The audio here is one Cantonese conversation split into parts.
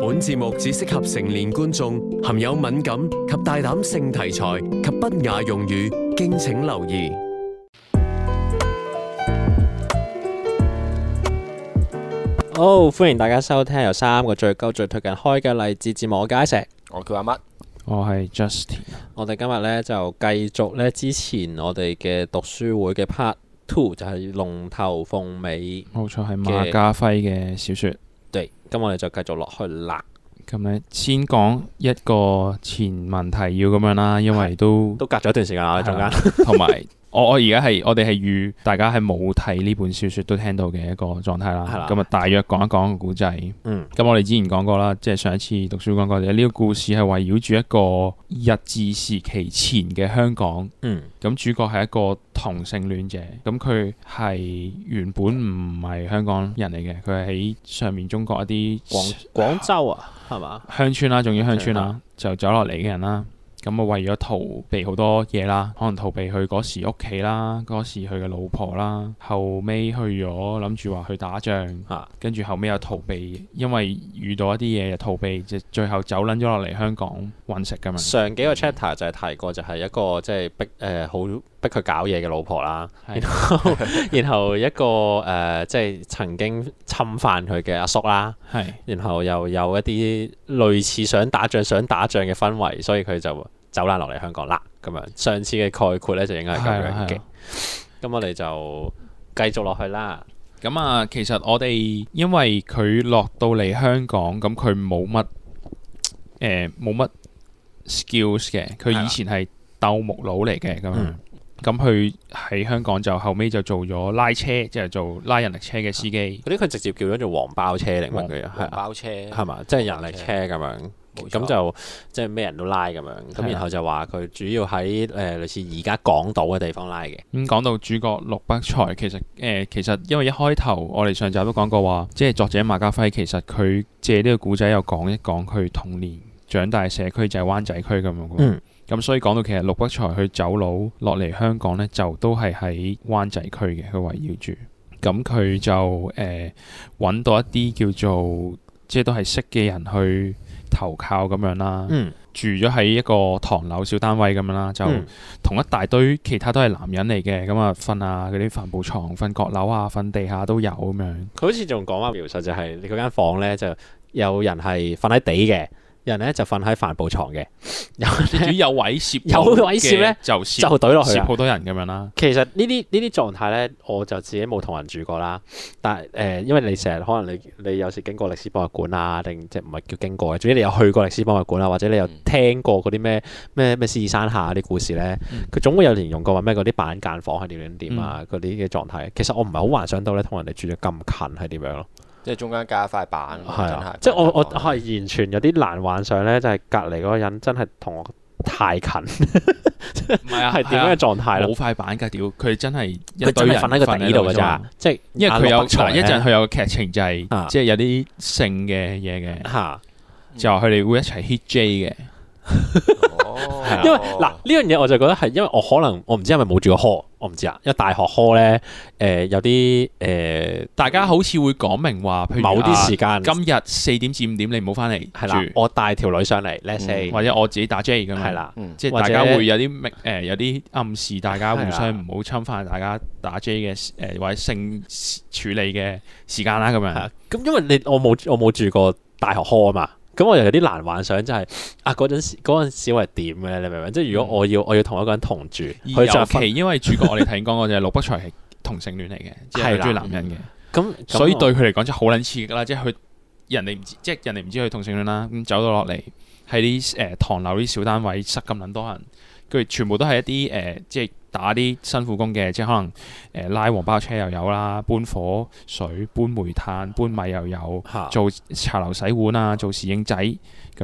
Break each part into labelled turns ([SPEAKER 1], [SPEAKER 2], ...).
[SPEAKER 1] 本節目只適合成年觀眾，含有敏感及大膽性題材及不雅用語，敬請留意。
[SPEAKER 2] 好，歡迎大家收聽由三個最高最推近開嘅勵志節目《我嘅 Isaac
[SPEAKER 3] 我叫阿乜，
[SPEAKER 4] 我係 Justin，
[SPEAKER 2] 我哋今日咧就繼續咧之前我哋嘅讀書會嘅 part two，就係龍頭鳳尾。
[SPEAKER 4] 冇錯係
[SPEAKER 2] 嘅
[SPEAKER 4] 馬家輝嘅小說。
[SPEAKER 2] 對，咁我哋就繼續落去啦，
[SPEAKER 4] 咁咧先講一個前文提要咁樣啦，因為都
[SPEAKER 2] 都隔咗一段時間啦，我哋中間。
[SPEAKER 4] 係啦啊同埋我我而家係我哋係預大家係冇睇呢本小說都聽到嘅一個狀態
[SPEAKER 2] 係啦
[SPEAKER 4] 啦。咁啊，大約講一講個故仔。
[SPEAKER 2] 嗯，
[SPEAKER 4] 咁我哋之前講過啦，即係上一次讀書講過，就係呢個故事係圍繞住一個日治時期前嘅香港。
[SPEAKER 2] 嗯，
[SPEAKER 4] 咁主角係一個同性戀者，咁佢係原本唔係香港人嚟嘅，佢係喺上面中國一啲
[SPEAKER 2] 廣廣州啊，係嘛？
[SPEAKER 4] 鄉村啦，仲要鄉村
[SPEAKER 2] 係
[SPEAKER 4] 啦，就走落嚟嘅人啦。咁啊，為咗逃避好多嘢啦，可能逃避佢嗰時屋企啦，嗰時佢嘅老婆啦，後尾去咗諗住話去打仗，
[SPEAKER 2] 啊，
[SPEAKER 4] 跟住後尾又逃避，因為遇到一啲嘢又逃避，就最後走撚咗落嚟香港揾食咁樣。
[SPEAKER 2] 上幾個 chapter 就係提過，就係一個即係逼誒好、逼佢搞嘢嘅老婆啦，
[SPEAKER 4] 係
[SPEAKER 2] 然後 一個誒、呃即係曾經侵犯佢嘅阿叔啦，
[SPEAKER 4] 係
[SPEAKER 2] 然後又有一啲類似想打仗想打仗嘅氛圍，所以佢就走難落嚟香港啦。咁樣上次嘅概括咧就應該係咁
[SPEAKER 4] 係啊
[SPEAKER 2] 樣
[SPEAKER 4] 係
[SPEAKER 2] 嘅
[SPEAKER 4] 啊。
[SPEAKER 2] 咁我哋就繼續落去啦。
[SPEAKER 4] 咁啊，其實我哋因為佢落到嚟香港，咁佢冇乜誒冇乜 skills 嘅，佢以前係鬥木佬嚟嘅咁樣
[SPEAKER 2] 嗯。
[SPEAKER 4] 咁佢喺香港就後尾就做咗拉車，即係做拉人力車嘅司機。
[SPEAKER 2] 嗰啲佢直接叫咗做黃包車定乜佢係
[SPEAKER 3] 黃
[SPEAKER 2] 啊
[SPEAKER 3] 包車
[SPEAKER 2] 係嘛？即係人力車咁樣。
[SPEAKER 3] 冇錯
[SPEAKER 2] 咁就即係咩人都拉咁樣，
[SPEAKER 4] 係
[SPEAKER 2] 咁
[SPEAKER 4] 啊
[SPEAKER 2] 然後就話佢主要喺誒、呃、類似而家港島嘅地方拉嘅，
[SPEAKER 4] 咁講到主角陸北才，其實誒、呃其實因為一開頭我哋上集都講過話，即係作者馬家輝其實佢借呢個故仔又講一講佢童年長大嘅社區就係灣仔區咁樣喎。
[SPEAKER 2] 嗯
[SPEAKER 4] 咁所以講到其實陸北才去走佬落嚟香港呢，就都係喺灣仔區嘅，佢圍繞住。咁佢就誒揾、搵到一啲叫做即係都係識嘅人去投靠咁樣啦，
[SPEAKER 2] 嗯
[SPEAKER 4] 住咗喺一個唐樓小單位咁樣啦，就
[SPEAKER 2] 嗯
[SPEAKER 4] 同一大堆其他都係男人嚟嘅，咁啊瞓啊嗰啲帆布床、瞓閣樓啊、瞓地下都有咁樣。
[SPEAKER 2] 佢好似仲講話描述就係、你嗰間房咧就有人係瞓喺地嘅，有人咧就瞓喺帆布床嘅， 有
[SPEAKER 4] 至
[SPEAKER 2] 人
[SPEAKER 4] 於
[SPEAKER 2] 呢
[SPEAKER 4] 有位攝
[SPEAKER 2] 有位攝呢
[SPEAKER 4] 嘅就攝
[SPEAKER 2] 就懟落去啊
[SPEAKER 4] 攝
[SPEAKER 2] 啦。
[SPEAKER 4] 好多人咁樣啦，
[SPEAKER 2] 其實呢啲呢啲狀態咧，我就自己冇同人住過啦。但係誒、呃因為你成日可能你你有時經過歷史博物館啊，定即係唔係叫經過嘅，總之你有去過歷史博物館啊，或者你有
[SPEAKER 3] 嗯
[SPEAKER 2] 聽過嗰啲咩咩咩獅子山下啲故事咧，佢、總會有形容過話咩嗰啲板間房係點點點啊，嗰啲嘅狀態。其實我唔係好幻想到咧，同人哋住得咁近係點樣咯。
[SPEAKER 3] 即係中間加一塊板，
[SPEAKER 2] 係啊，即
[SPEAKER 3] 真
[SPEAKER 2] 係我我
[SPEAKER 3] 係
[SPEAKER 2] 係完全有啲難幻想咧，就係隔離嗰個人真係同我太 近，
[SPEAKER 4] 唔係 啊
[SPEAKER 2] 係點樣嘅狀態
[SPEAKER 4] 冇
[SPEAKER 2] 咯？
[SPEAKER 4] 塊板㗎，屌！佢真係
[SPEAKER 2] 佢
[SPEAKER 4] 一
[SPEAKER 2] 真
[SPEAKER 4] 堆
[SPEAKER 2] 係
[SPEAKER 4] 人
[SPEAKER 2] 瞓喺個地度㗎咋，，即係
[SPEAKER 4] 因為佢
[SPEAKER 2] 阿陸
[SPEAKER 4] 有
[SPEAKER 2] 北才
[SPEAKER 4] 嗱一
[SPEAKER 2] 咧
[SPEAKER 4] 陣佢有個劇情就
[SPEAKER 2] 啊
[SPEAKER 4] 係即係有啲性嘅嘢嘅，
[SPEAKER 2] 嚇。
[SPEAKER 4] 就話佢哋會一齊 hit J 嘅，
[SPEAKER 3] 哦
[SPEAKER 2] 因為嗱呢樣嘢我就覺得係因為我可能我唔知係咪冇住過 hall，我唔知啊。因為大學 hall 咧，誒、呃有啲誒、
[SPEAKER 4] 大家好似會講明話，譬如
[SPEAKER 2] 某啲時間
[SPEAKER 4] 啊今日四點至五點你唔好翻嚟
[SPEAKER 2] 係啦，
[SPEAKER 4] 住，嗯
[SPEAKER 2] 我帶條女上嚟，let's say
[SPEAKER 4] 或者我自己打 J 咁樣，
[SPEAKER 2] 係，啦，
[SPEAKER 3] 嗯
[SPEAKER 4] 即
[SPEAKER 2] 或
[SPEAKER 4] 係
[SPEAKER 2] 者
[SPEAKER 4] 大家會有啲明誒有啲暗示，大家
[SPEAKER 2] 係啦
[SPEAKER 4] 互相唔好侵犯大家打 J 嘅誒或者性處理嘅時間啦咁
[SPEAKER 2] 係啊
[SPEAKER 4] 樣，
[SPEAKER 2] 咁因為你我冇我冇住過大學 hall 啊嘛。咁我又有啲難幻想，就係、啊嗰陣時嗰陣時我係點嘅咧？你明唔明？即係如果我要我要同一個人同住，佢就
[SPEAKER 4] 嗯尤
[SPEAKER 2] 分
[SPEAKER 4] 其因為主角我哋睇講過就係陸北才係同性戀嚟嘅，即
[SPEAKER 2] 係啦
[SPEAKER 4] 係佢中意男人嘅。
[SPEAKER 2] 咁，咁
[SPEAKER 4] 所以
[SPEAKER 2] 我
[SPEAKER 4] 對佢嚟講真係好撚刺激啦！即係佢人哋唔知，即係人哋唔知佢同性戀啦，咁走到落嚟喺啲呃誒唐樓啲小單位塞咁撚多人，跟住全部都係一啲誒、呃即係打啲辛苦工嘅，即係可能誒、呃拉黃包車又有啦，搬火水、搬煤炭、搬米又有，
[SPEAKER 2] 嚇
[SPEAKER 4] 做茶樓洗碗啊，做侍應仔咁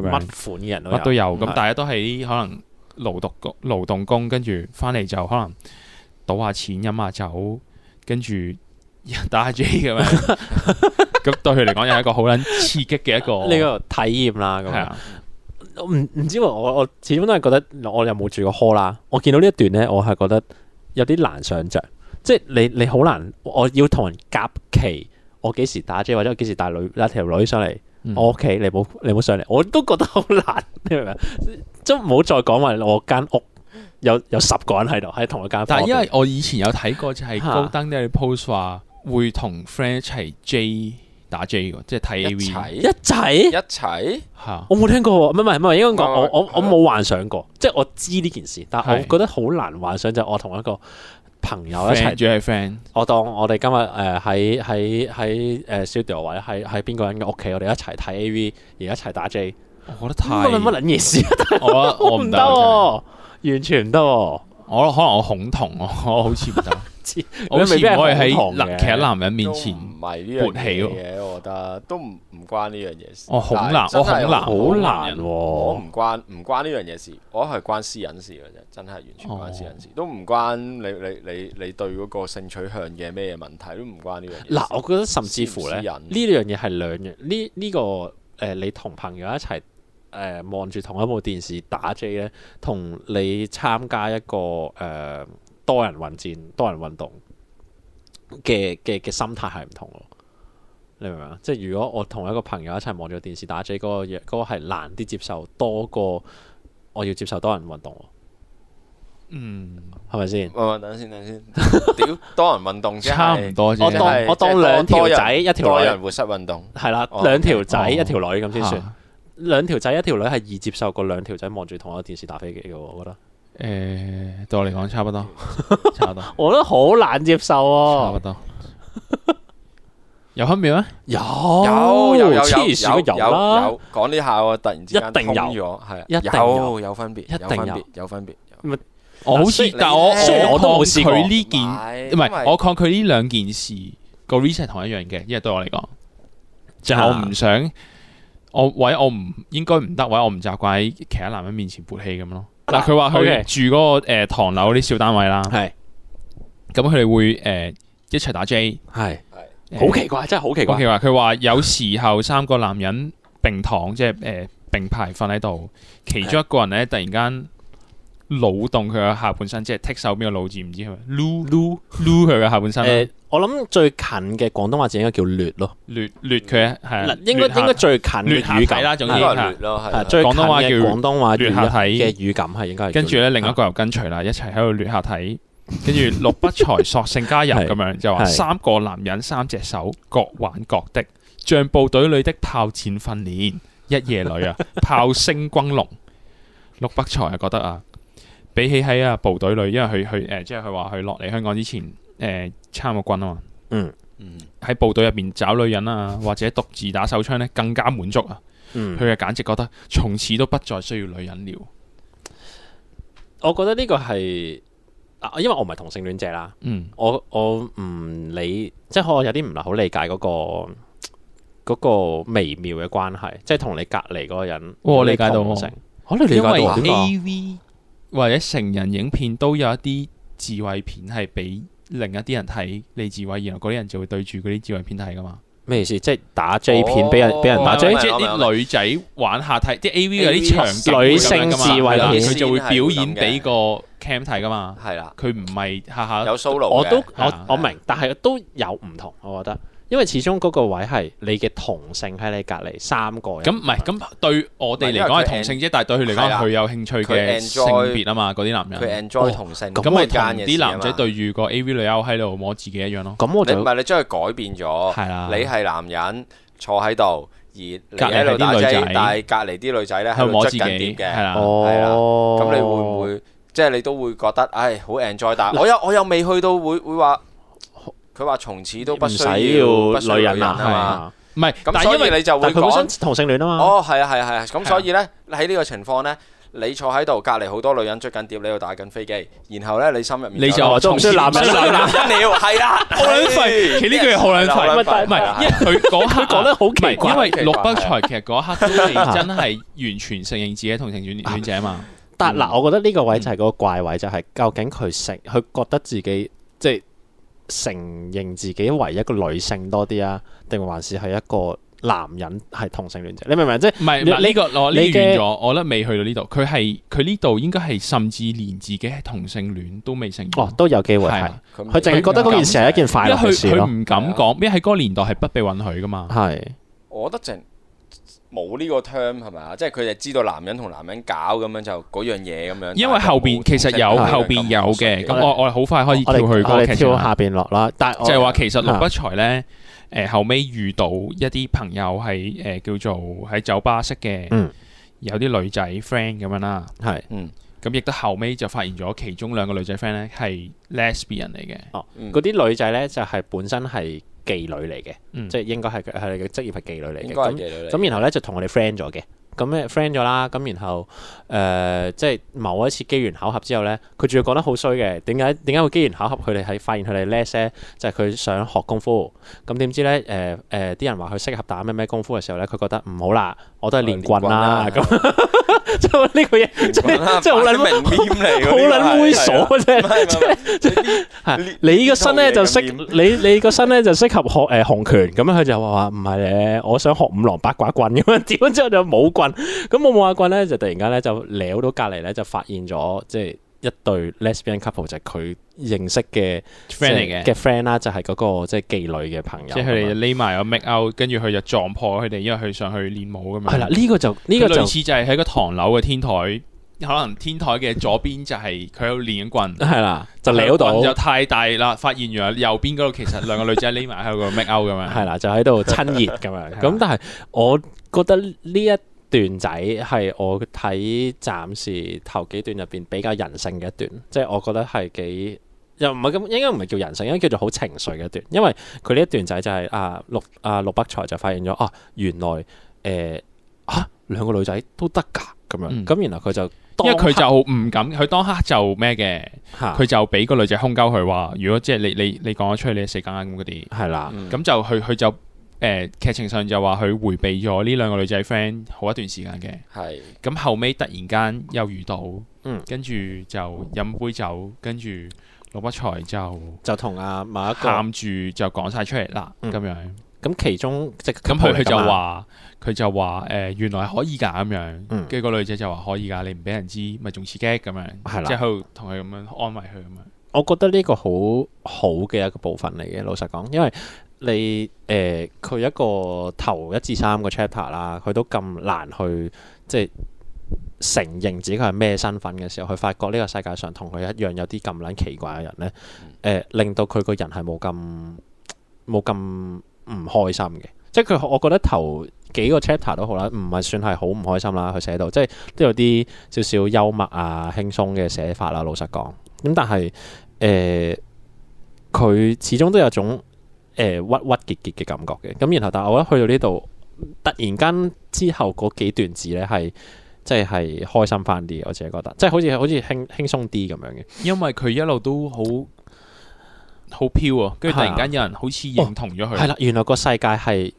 [SPEAKER 2] 乜
[SPEAKER 4] 樣
[SPEAKER 2] 款，嘅人
[SPEAKER 4] 乜都有。咁
[SPEAKER 2] 係
[SPEAKER 4] 大家都係啲可能勞動工、勞動工，跟住翻嚟就可能賭下錢、飲下酒，跟住打下 J 咁樣。咁對佢嚟講，又係一個好撚刺激嘅一個
[SPEAKER 2] 呢個體驗啦咁
[SPEAKER 4] 係
[SPEAKER 2] 樣。
[SPEAKER 4] 啊，
[SPEAKER 2] 我唔唔知喎，我我始終都係覺得我又冇住過 hall 啦。我見到呢一段咧，我係覺得有啲難想像，即係你你好難，我要同人夾期，我幾時打 J 或者我幾時帶女帶條女上嚟
[SPEAKER 4] 嗯
[SPEAKER 2] 我屋企你冇你冇上嚟，我都覺得好難， 你明唔明？即係唔好再講話我間屋有有十個人喺度喺同一間房
[SPEAKER 4] 但
[SPEAKER 2] 入邊。
[SPEAKER 4] 係因為我以前有睇過，就係
[SPEAKER 2] 嚇
[SPEAKER 4] 高登都有 post 話會同 friend 一齊 J 打 J 喎，即係睇 A
[SPEAKER 3] 一
[SPEAKER 4] V
[SPEAKER 3] 齊
[SPEAKER 2] 一齊
[SPEAKER 3] 一齊
[SPEAKER 4] 嚇。
[SPEAKER 2] 我冇聽過喎，唔係唔係唔係，應該講
[SPEAKER 3] 唔係
[SPEAKER 2] 我我我
[SPEAKER 3] 係
[SPEAKER 2] 冇幻想過，即係我知呢件事，但係
[SPEAKER 4] 係
[SPEAKER 2] 我覺得好難幻想就係我同一個朋友哦一
[SPEAKER 4] friend
[SPEAKER 2] 齊，
[SPEAKER 4] 主要係 friend，
[SPEAKER 2] 我當我哋今日誒喺喺喺誒 studio 或者喺喺邊個人嘅屋企，我哋一齊睇 A V，而一齊打 J，
[SPEAKER 4] 我覺得
[SPEAKER 2] 乜
[SPEAKER 4] 太
[SPEAKER 2] 乜乜撚嘢事啊！
[SPEAKER 4] 我我
[SPEAKER 2] 唔
[SPEAKER 4] 唔
[SPEAKER 2] 得
[SPEAKER 4] 得 喎，
[SPEAKER 2] 喎，完全唔得喎，
[SPEAKER 4] 我可能我恐同， 我我好似唔 得，
[SPEAKER 2] 黐
[SPEAKER 4] 我好
[SPEAKER 2] 你未
[SPEAKER 4] 似唔可以
[SPEAKER 2] 必係
[SPEAKER 4] 喺
[SPEAKER 2] 恐同
[SPEAKER 4] 男
[SPEAKER 2] 嘅
[SPEAKER 4] 其他男人面
[SPEAKER 3] 都
[SPEAKER 4] 前，
[SPEAKER 3] 唔係呢樣
[SPEAKER 4] 勃起
[SPEAKER 3] 嘢
[SPEAKER 4] 喎
[SPEAKER 3] 嘅，我覺得都唔唔關呢樣嘢事。
[SPEAKER 4] 我恐男
[SPEAKER 3] 但係真係
[SPEAKER 4] 我恐男
[SPEAKER 2] 好難
[SPEAKER 3] 我
[SPEAKER 2] 喎，
[SPEAKER 3] 唔關唔關呢樣嘢事，我係關私隱事嘅啫，真係完全關私隱事，都唔關你你你你對嗰個性取向嘅咩問題，都唔關呢樣嘢事。
[SPEAKER 2] 嗱，我覺得甚至乎咧，
[SPEAKER 3] 私隱
[SPEAKER 2] 呢樣嘢係兩樣，呢呢、個誒、呃你同朋友一齊誒望住同一部電視打 J 咧，同你參加一個誒、呃多人混戰、多人運動嘅嘅嘅心態係唔同咯。你明唔明啊？即係如果我同一個朋友一齊望住個電視打 J，嗰、個嘢嗰、個係難啲接受多過我要接受多人運動
[SPEAKER 4] 嗯，
[SPEAKER 2] 喎，係咪先？
[SPEAKER 3] 喂喂等陣先，等陣先，屌多人運動即係
[SPEAKER 4] 差唔多啫
[SPEAKER 2] 我
[SPEAKER 3] 哦即
[SPEAKER 2] 當
[SPEAKER 3] 係
[SPEAKER 2] 我當兩條仔一條
[SPEAKER 3] 多
[SPEAKER 2] 女
[SPEAKER 3] 人活塞運動。
[SPEAKER 2] 係啦，
[SPEAKER 3] 哦
[SPEAKER 2] 兩條仔
[SPEAKER 4] 哦
[SPEAKER 2] 一條女咁先算。
[SPEAKER 4] 嚇
[SPEAKER 2] 兩條仔一條女係易接受過兩條仔望住同一個電視打飛機嘅喎，我覺得。
[SPEAKER 4] 誒對我嚟講差 不多，差不多，
[SPEAKER 2] 我覺得好難接受
[SPEAKER 4] 差
[SPEAKER 2] 喎。
[SPEAKER 4] 不多， 有分別咩？
[SPEAKER 2] 有
[SPEAKER 3] 有有有有
[SPEAKER 2] 黐線嘅
[SPEAKER 3] 有
[SPEAKER 2] 有啦，
[SPEAKER 3] 有講呢下我突然之間
[SPEAKER 2] 一定有
[SPEAKER 3] 通咗，係啊
[SPEAKER 2] 一定有
[SPEAKER 3] 有有分別，
[SPEAKER 2] 一定
[SPEAKER 3] 有分別
[SPEAKER 2] 有，
[SPEAKER 3] 有分別。
[SPEAKER 4] 我好似
[SPEAKER 2] 雖，
[SPEAKER 4] 但我
[SPEAKER 3] 雖然
[SPEAKER 2] 我都冇試過
[SPEAKER 4] 抗拒呢件，
[SPEAKER 3] 係
[SPEAKER 4] 唔
[SPEAKER 3] 因為
[SPEAKER 4] 係我抗拒呢兩件事個 reason 係同一樣嘅，因為對我嚟講，就係我
[SPEAKER 2] 啊
[SPEAKER 4] 唔想我位我唔應該唔得位，我唔習慣喺其他男人面前勃起咁咯。嗱，佢話
[SPEAKER 2] 啊 OK
[SPEAKER 4] 佢住嗰個誒唐樓啲小單位啦，
[SPEAKER 2] 係
[SPEAKER 4] 咁佢哋會誒一齊打 J，
[SPEAKER 2] 係
[SPEAKER 4] 誒
[SPEAKER 2] 好奇怪，真係好奇
[SPEAKER 4] 好
[SPEAKER 2] 怪。
[SPEAKER 4] 奇怪，佢話有時候三個男人並躺，即係誒並排瞓喺度，其中一個人咧突然間腦動佢嘅下半身，即係剔手邊個腦字，唔知係咪擼擼擼佢嘅下半身啦，
[SPEAKER 2] 誒，我諗最近嘅廣東話字應該叫劣咯，
[SPEAKER 4] 掠掠佢係啊
[SPEAKER 2] 嗱，應該
[SPEAKER 4] 掠下
[SPEAKER 2] 應該最近嘅
[SPEAKER 4] 掠下
[SPEAKER 2] 語
[SPEAKER 4] 體
[SPEAKER 2] 感
[SPEAKER 4] 啦，總之
[SPEAKER 3] 應該係
[SPEAKER 4] 係
[SPEAKER 3] 劣咯，係
[SPEAKER 2] 係
[SPEAKER 3] 啊
[SPEAKER 2] 最近
[SPEAKER 4] 廣東話
[SPEAKER 2] 嘅
[SPEAKER 4] 叫
[SPEAKER 2] 廣東話
[SPEAKER 4] 劣下體
[SPEAKER 2] 語嘅語感係應該係叫劣。啊
[SPEAKER 4] 跟住咧，另一個又跟隨啦，一齊喺度掠下體，跟住六不才索性加入
[SPEAKER 2] 係
[SPEAKER 4] 咁樣，就話
[SPEAKER 2] 係
[SPEAKER 4] 三個男人三隻手，各玩各的，像部隊裏的炮戰訓練，一夜裏 啊，炮聲轟隆。六不才啊，覺得啊，比起喺啊部隊裏，因為佢佢誒，即係佢話佢落嚟香港之前誒參過軍啊嘛，
[SPEAKER 3] 嗯
[SPEAKER 4] 喺部隊入邊找女人啊，或者獨自打手槍呢，更加滿足啊！
[SPEAKER 2] 嗯
[SPEAKER 4] 佢啊，簡直覺得從此都不再需要女人了。
[SPEAKER 2] 我覺得呢個係啊，因為我唔係同性戀者啦。
[SPEAKER 4] 嗯，
[SPEAKER 2] 我我唔理，即係我有啲唔係好理解嗰、個嗰個微妙嘅關係，即係同你隔離嗰個人，
[SPEAKER 4] 我理解到
[SPEAKER 2] 我
[SPEAKER 4] 喎
[SPEAKER 2] 成，可你理解
[SPEAKER 4] 因
[SPEAKER 2] 到
[SPEAKER 4] 為
[SPEAKER 2] 啊點啊
[SPEAKER 4] A.V. 或者成人影片都有一啲智慧片係俾另一啲人睇你智慧，然後嗰啲人就會對住嗰啲智慧片睇噶嘛。
[SPEAKER 2] 咩意思？即係打 J 片俾人俾人
[SPEAKER 3] 哦
[SPEAKER 2] 打
[SPEAKER 4] 或者
[SPEAKER 2] J，
[SPEAKER 3] 明白
[SPEAKER 4] 即係
[SPEAKER 3] 明白
[SPEAKER 4] 啲女仔玩下睇，啲 A.V. 有啲場景
[SPEAKER 2] AV 女性智慧片
[SPEAKER 4] 佢就會表演俾個 cam 睇噶嘛。
[SPEAKER 3] 係啦，
[SPEAKER 4] 佢唔係下下
[SPEAKER 3] 有 solo
[SPEAKER 2] 我都
[SPEAKER 3] 嘅
[SPEAKER 2] 我我明，但係都有唔同，我覺得，因為始終嗰個位係你嘅同性喺你隔離三個人，
[SPEAKER 4] 咁唔係咁對我哋嚟講係同性啫，但係對佢嚟
[SPEAKER 3] 係
[SPEAKER 4] 講
[SPEAKER 3] 啦
[SPEAKER 4] 佢有興趣嘅
[SPEAKER 3] 佢
[SPEAKER 4] 性
[SPEAKER 3] enjoy-
[SPEAKER 4] 別啊嘛，嗰啲男
[SPEAKER 3] 佢
[SPEAKER 4] 人
[SPEAKER 3] enjoy 同性
[SPEAKER 4] 咁咪同
[SPEAKER 3] 間嘅事
[SPEAKER 4] 啲
[SPEAKER 3] 啊嘛
[SPEAKER 4] 男仔對住個 A.V. 女優喺度摸自己一樣咯。
[SPEAKER 2] 咁我
[SPEAKER 3] 你唔
[SPEAKER 2] 就
[SPEAKER 3] 係你將佢改變咗，
[SPEAKER 4] 係啦，
[SPEAKER 3] 你係男人坐喺度，而你
[SPEAKER 4] 隔離
[SPEAKER 3] 喺
[SPEAKER 4] 係
[SPEAKER 3] 度
[SPEAKER 4] 啲
[SPEAKER 3] 打
[SPEAKER 4] 女
[SPEAKER 3] J，
[SPEAKER 4] 仔
[SPEAKER 3] 但係隔離啲女仔咧
[SPEAKER 4] 喺
[SPEAKER 3] 喺
[SPEAKER 4] 度
[SPEAKER 3] 度
[SPEAKER 4] 摸
[SPEAKER 3] 捽
[SPEAKER 4] 自己，
[SPEAKER 3] 緊碟
[SPEAKER 4] 係
[SPEAKER 3] 嘅，
[SPEAKER 4] 啦。
[SPEAKER 2] 哦，
[SPEAKER 3] 咁你會唔會即係你都會覺得，唉，好 enjoy，但係我又我又未去到會會話，佢話從此都
[SPEAKER 2] 唔
[SPEAKER 3] 不需
[SPEAKER 2] 使
[SPEAKER 3] 不需要
[SPEAKER 2] 要女人
[SPEAKER 3] 啊嘛。
[SPEAKER 2] 啊？
[SPEAKER 4] 唔係，
[SPEAKER 3] 咁
[SPEAKER 4] 但
[SPEAKER 3] 所
[SPEAKER 4] 係因為
[SPEAKER 3] 以你就
[SPEAKER 2] 係嘛
[SPEAKER 3] 會
[SPEAKER 2] 但係佢本身
[SPEAKER 3] 講，
[SPEAKER 2] 同性戀啊嘛，
[SPEAKER 3] 哦，係啊，係啊，係啊，咁
[SPEAKER 4] 啊
[SPEAKER 3] 所以咧喺呢個情況咧。你坐喺度，隔離好多女人追緊碟，你喺度打緊飛機，然後咧你心入面
[SPEAKER 4] 你就
[SPEAKER 3] 有
[SPEAKER 2] 哦都唔需要男 人
[SPEAKER 3] 男人了，係啦，
[SPEAKER 4] 好 撚廢，其實呢句嘢好撚廢，
[SPEAKER 3] 好
[SPEAKER 4] 唔
[SPEAKER 3] 撚
[SPEAKER 4] 係
[SPEAKER 3] 廢
[SPEAKER 4] 唔係，因為佢嗰刻 啊
[SPEAKER 2] 講得好
[SPEAKER 4] 唔
[SPEAKER 2] 奇
[SPEAKER 4] 係，因
[SPEAKER 2] 怪。
[SPEAKER 4] 為六北才其實嗰一刻都係真係完全承認自己同性戀
[SPEAKER 2] 啊
[SPEAKER 4] 戀者嘛，
[SPEAKER 2] 但
[SPEAKER 4] 嗯
[SPEAKER 2] 嗱，我覺得呢個位就係嗰個怪位，就係究竟佢承佢覺得自己即係承認自己為一個女性多啲啊，定還是係一個男人係同性戀者？你明唔啊明？即係
[SPEAKER 4] 唔係唔
[SPEAKER 2] 你
[SPEAKER 4] 係
[SPEAKER 2] 你
[SPEAKER 4] 呢個我呢
[SPEAKER 2] 你
[SPEAKER 4] 個
[SPEAKER 2] 嘅
[SPEAKER 4] 完咗，我覺得未去到呢度，佢係佢呢度應該係甚至連自己係同性戀都未承認，
[SPEAKER 2] 哦，都有機會
[SPEAKER 4] 係
[SPEAKER 2] 係
[SPEAKER 4] 啊，
[SPEAKER 2] 佢淨係覺得嗰件事係一件快
[SPEAKER 4] 因
[SPEAKER 2] 樂
[SPEAKER 4] 為
[SPEAKER 2] 嘅
[SPEAKER 4] 佢
[SPEAKER 2] 事
[SPEAKER 4] 佢
[SPEAKER 2] 咯，啊
[SPEAKER 4] 唔敢講，因為喺嗰個年代係不被允許噶嘛，
[SPEAKER 2] 係
[SPEAKER 3] 我覺得淨冇呢個 term 係咪啊？即係佢哋知道男人同男人搞咁樣就嗰樣嘢咁樣。
[SPEAKER 4] 因為後邊其實有後邊有嘅，咁
[SPEAKER 2] 我哋
[SPEAKER 4] 我我哋好快可以跳
[SPEAKER 2] 啊我哋
[SPEAKER 4] 去嗰
[SPEAKER 2] 我
[SPEAKER 4] 個劇
[SPEAKER 2] 哋
[SPEAKER 4] 情
[SPEAKER 2] 跳
[SPEAKER 4] 啦
[SPEAKER 2] 下邊落啦，但啊係我
[SPEAKER 4] 就係話其實陸
[SPEAKER 2] 啊
[SPEAKER 4] 不才咧，誒呃後尾遇到一啲朋友係誒叫做喺酒吧識嘅
[SPEAKER 2] 嗯，
[SPEAKER 4] 有啲女仔 friend 咁樣啦，
[SPEAKER 2] 係
[SPEAKER 3] 嗯
[SPEAKER 4] 咁亦都後尾就發現咗其中兩個女仔 friend 咧係 lesbian 嚟嘅，
[SPEAKER 2] 哦，
[SPEAKER 3] 嗯
[SPEAKER 2] 嗰啲女仔咧就係本身係妓女嚟嘅，
[SPEAKER 4] 嗯
[SPEAKER 2] 即係應該係佢佢哋嘅職業係妓女嚟
[SPEAKER 3] 應
[SPEAKER 2] 嘅，
[SPEAKER 3] 該係
[SPEAKER 2] 咁
[SPEAKER 3] 妓
[SPEAKER 2] 咁
[SPEAKER 3] 女嚟
[SPEAKER 2] 然後咧就同我哋 friend 咗嘅，咁咧 friend 咗啦，咁然後誒、呃即係某一次機緣巧合之後咧，佢仲要講得好衰嘅，點解點解會機緣巧合佢哋係發現佢哋叻些，就係佢想學功夫，咁點知咧誒誒啲人話佢適合打咩咩功夫嘅時候咧，佢覺得唔好啦，我都係練棍啦，咁 即係呢個嘢即係即係好撚
[SPEAKER 3] 明面嚟，
[SPEAKER 2] 好撚猥瑣嘅啫。
[SPEAKER 3] 唔係唔係即係
[SPEAKER 2] 係啊你呢個身咧
[SPEAKER 3] 呢套
[SPEAKER 2] 就
[SPEAKER 3] 嘢
[SPEAKER 2] 適你你個身咧就適合學誒、呃、紅拳咁樣，佢就話話唔係咧，我想學五郎八卦棍咁樣，點樣之後就冇棍，咁我冇下棍咧就突然間咧就撩到隔離咧就發現咗即係。一對 lesbian couple 就係佢認識嘅
[SPEAKER 4] friend
[SPEAKER 2] 即係
[SPEAKER 4] 嚟嘅
[SPEAKER 2] 嘅，friend 啦，就係嗰個即係妓女嘅朋友咁樣。
[SPEAKER 4] 即係佢哋匿埋個 make out，跟住佢就撞破佢哋，因為佢上去練舞咁樣。
[SPEAKER 2] 係啦，呢個就呢
[SPEAKER 4] 佢
[SPEAKER 2] 個就
[SPEAKER 4] 類似就係喺個唐樓嘅天台，可能天台嘅左邊就係佢喺度練緊棍。
[SPEAKER 2] 係啦，就撩到
[SPEAKER 4] 棍就太大啦，發現原來右邊嗰度其實兩個女仔匿埋喺度 make out 咁樣。
[SPEAKER 2] 係啦，就喺度親熱 咁樣。咁但係我覺得呢一段仔係我睇暫時頭幾段入邊比較人性嘅一段，即係我覺得係幾。又唔係咁，應該唔係叫人性，應該叫做好情緒嘅一段。因為佢呢一段仔就係、啊陸啊陸北才就發現咗啊，原來誒、呃、啊兩個女仔都得㗎咁樣，
[SPEAKER 4] 嗯
[SPEAKER 2] 咁、然後佢就
[SPEAKER 4] 因為佢
[SPEAKER 2] 當刻啊
[SPEAKER 4] 就唔敢，佢當刻就咩嘅，
[SPEAKER 2] 嚇
[SPEAKER 4] 佢就俾個女仔空鳩佢話，如果即係你你你講咗出去，你死梗咁嗰啲，
[SPEAKER 2] 係啦，
[SPEAKER 3] 咁
[SPEAKER 4] 咁就佢佢就誒、呃、劇情上就話佢迴避咗呢兩個女仔 friend 好一段時間嘅，
[SPEAKER 3] 係
[SPEAKER 4] 咁後尾突然間又遇到，
[SPEAKER 2] 嗯
[SPEAKER 4] 跟住就飲杯酒，跟住陸不才就
[SPEAKER 2] 就同啊某一個
[SPEAKER 4] 喊住就講晒出嚟啦，
[SPEAKER 2] 嗯
[SPEAKER 4] 咁樣，
[SPEAKER 2] 咁其中即係
[SPEAKER 4] 咁佢佢就
[SPEAKER 2] 話。
[SPEAKER 4] 話佢就話誒原來可以㗎咁樣，
[SPEAKER 2] 嗯
[SPEAKER 4] 跟住個女仔就話可以㗎，你唔俾人知咪仲刺激咁樣，
[SPEAKER 2] 係啦
[SPEAKER 4] 即係佢同佢咁樣安慰佢咁樣。
[SPEAKER 2] 我覺得呢個好好嘅一個部分嚟嘅，老實講，因為你誒佢、一個頭一至三個 chapter 啦，佢都咁難去即係承認自己佢係咩身份嘅時候，佢發覺呢個世界上同佢一樣有啲咁撚奇怪嘅人呢，誒、呃令到佢個人係冇咁冇咁唔開心嘅，即係佢我覺得頭幾個 chapter 都好啦，唔係算係好唔開心啦，佢寫到即係都有啲少少幽默啊、輕鬆嘅寫法啦，老實講，咁但係。誒，佢、始終都有種誒鬱鬱結結嘅感覺嘅。咁然後，但係我一去到呢度，突然間之後嗰幾段字咧係即係係開心翻啲，我自己覺得，即係好似好似輕輕鬆啲咁樣嘅。
[SPEAKER 4] 因為佢一路都好好飄啊，跟住突
[SPEAKER 2] 係啊哦
[SPEAKER 4] 然間有人好似認同咗佢，
[SPEAKER 2] 係啦，原來個世界係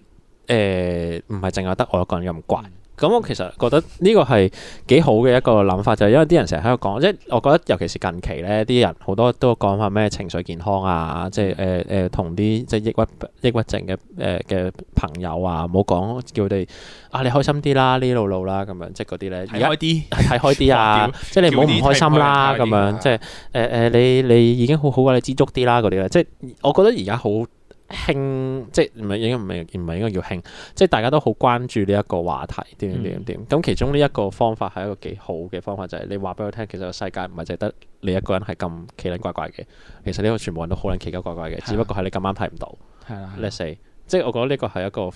[SPEAKER 2] 誒唔係淨係得我一個人咁怪。
[SPEAKER 4] 嗯
[SPEAKER 2] 咁我其實覺得呢個係幾好嘅一個諗法，就係、因為啲人成日喺度講，即係我覺得尤其是近期咧，啲人好多都講話咩情緒健康啊，即係
[SPEAKER 4] 嗯
[SPEAKER 2] 誒誒同啲即係抑鬱抑鬱症嘅誒嘅朋友啊，唔好講叫佢哋啊你開心啲啦，呢路路啦咁樣，即係嗰啲咧。而
[SPEAKER 4] 睇
[SPEAKER 2] 家
[SPEAKER 4] 開啲，
[SPEAKER 2] 睇開啲啊，即係你唔好唔開心啦，咁樣即係誒誒，你你已經好好啊，你知足啲啦嗰啲咧，即係我覺得而家好興，即係唔係應該唔係唔係應該叫興，即係大家都好關注呢一個話題點點點點。咁其中呢一個方法係一個幾好嘅方法，就係你話俾佢聽，其實個世界唔係淨係得你一個人係咁奇撚怪怪嘅，其實呢個全部人都好撚奇鳩怪怪嘅，只不過係你咁啱睇唔到。
[SPEAKER 4] 係啦，
[SPEAKER 2] Let's say，即係我覺得呢個係一個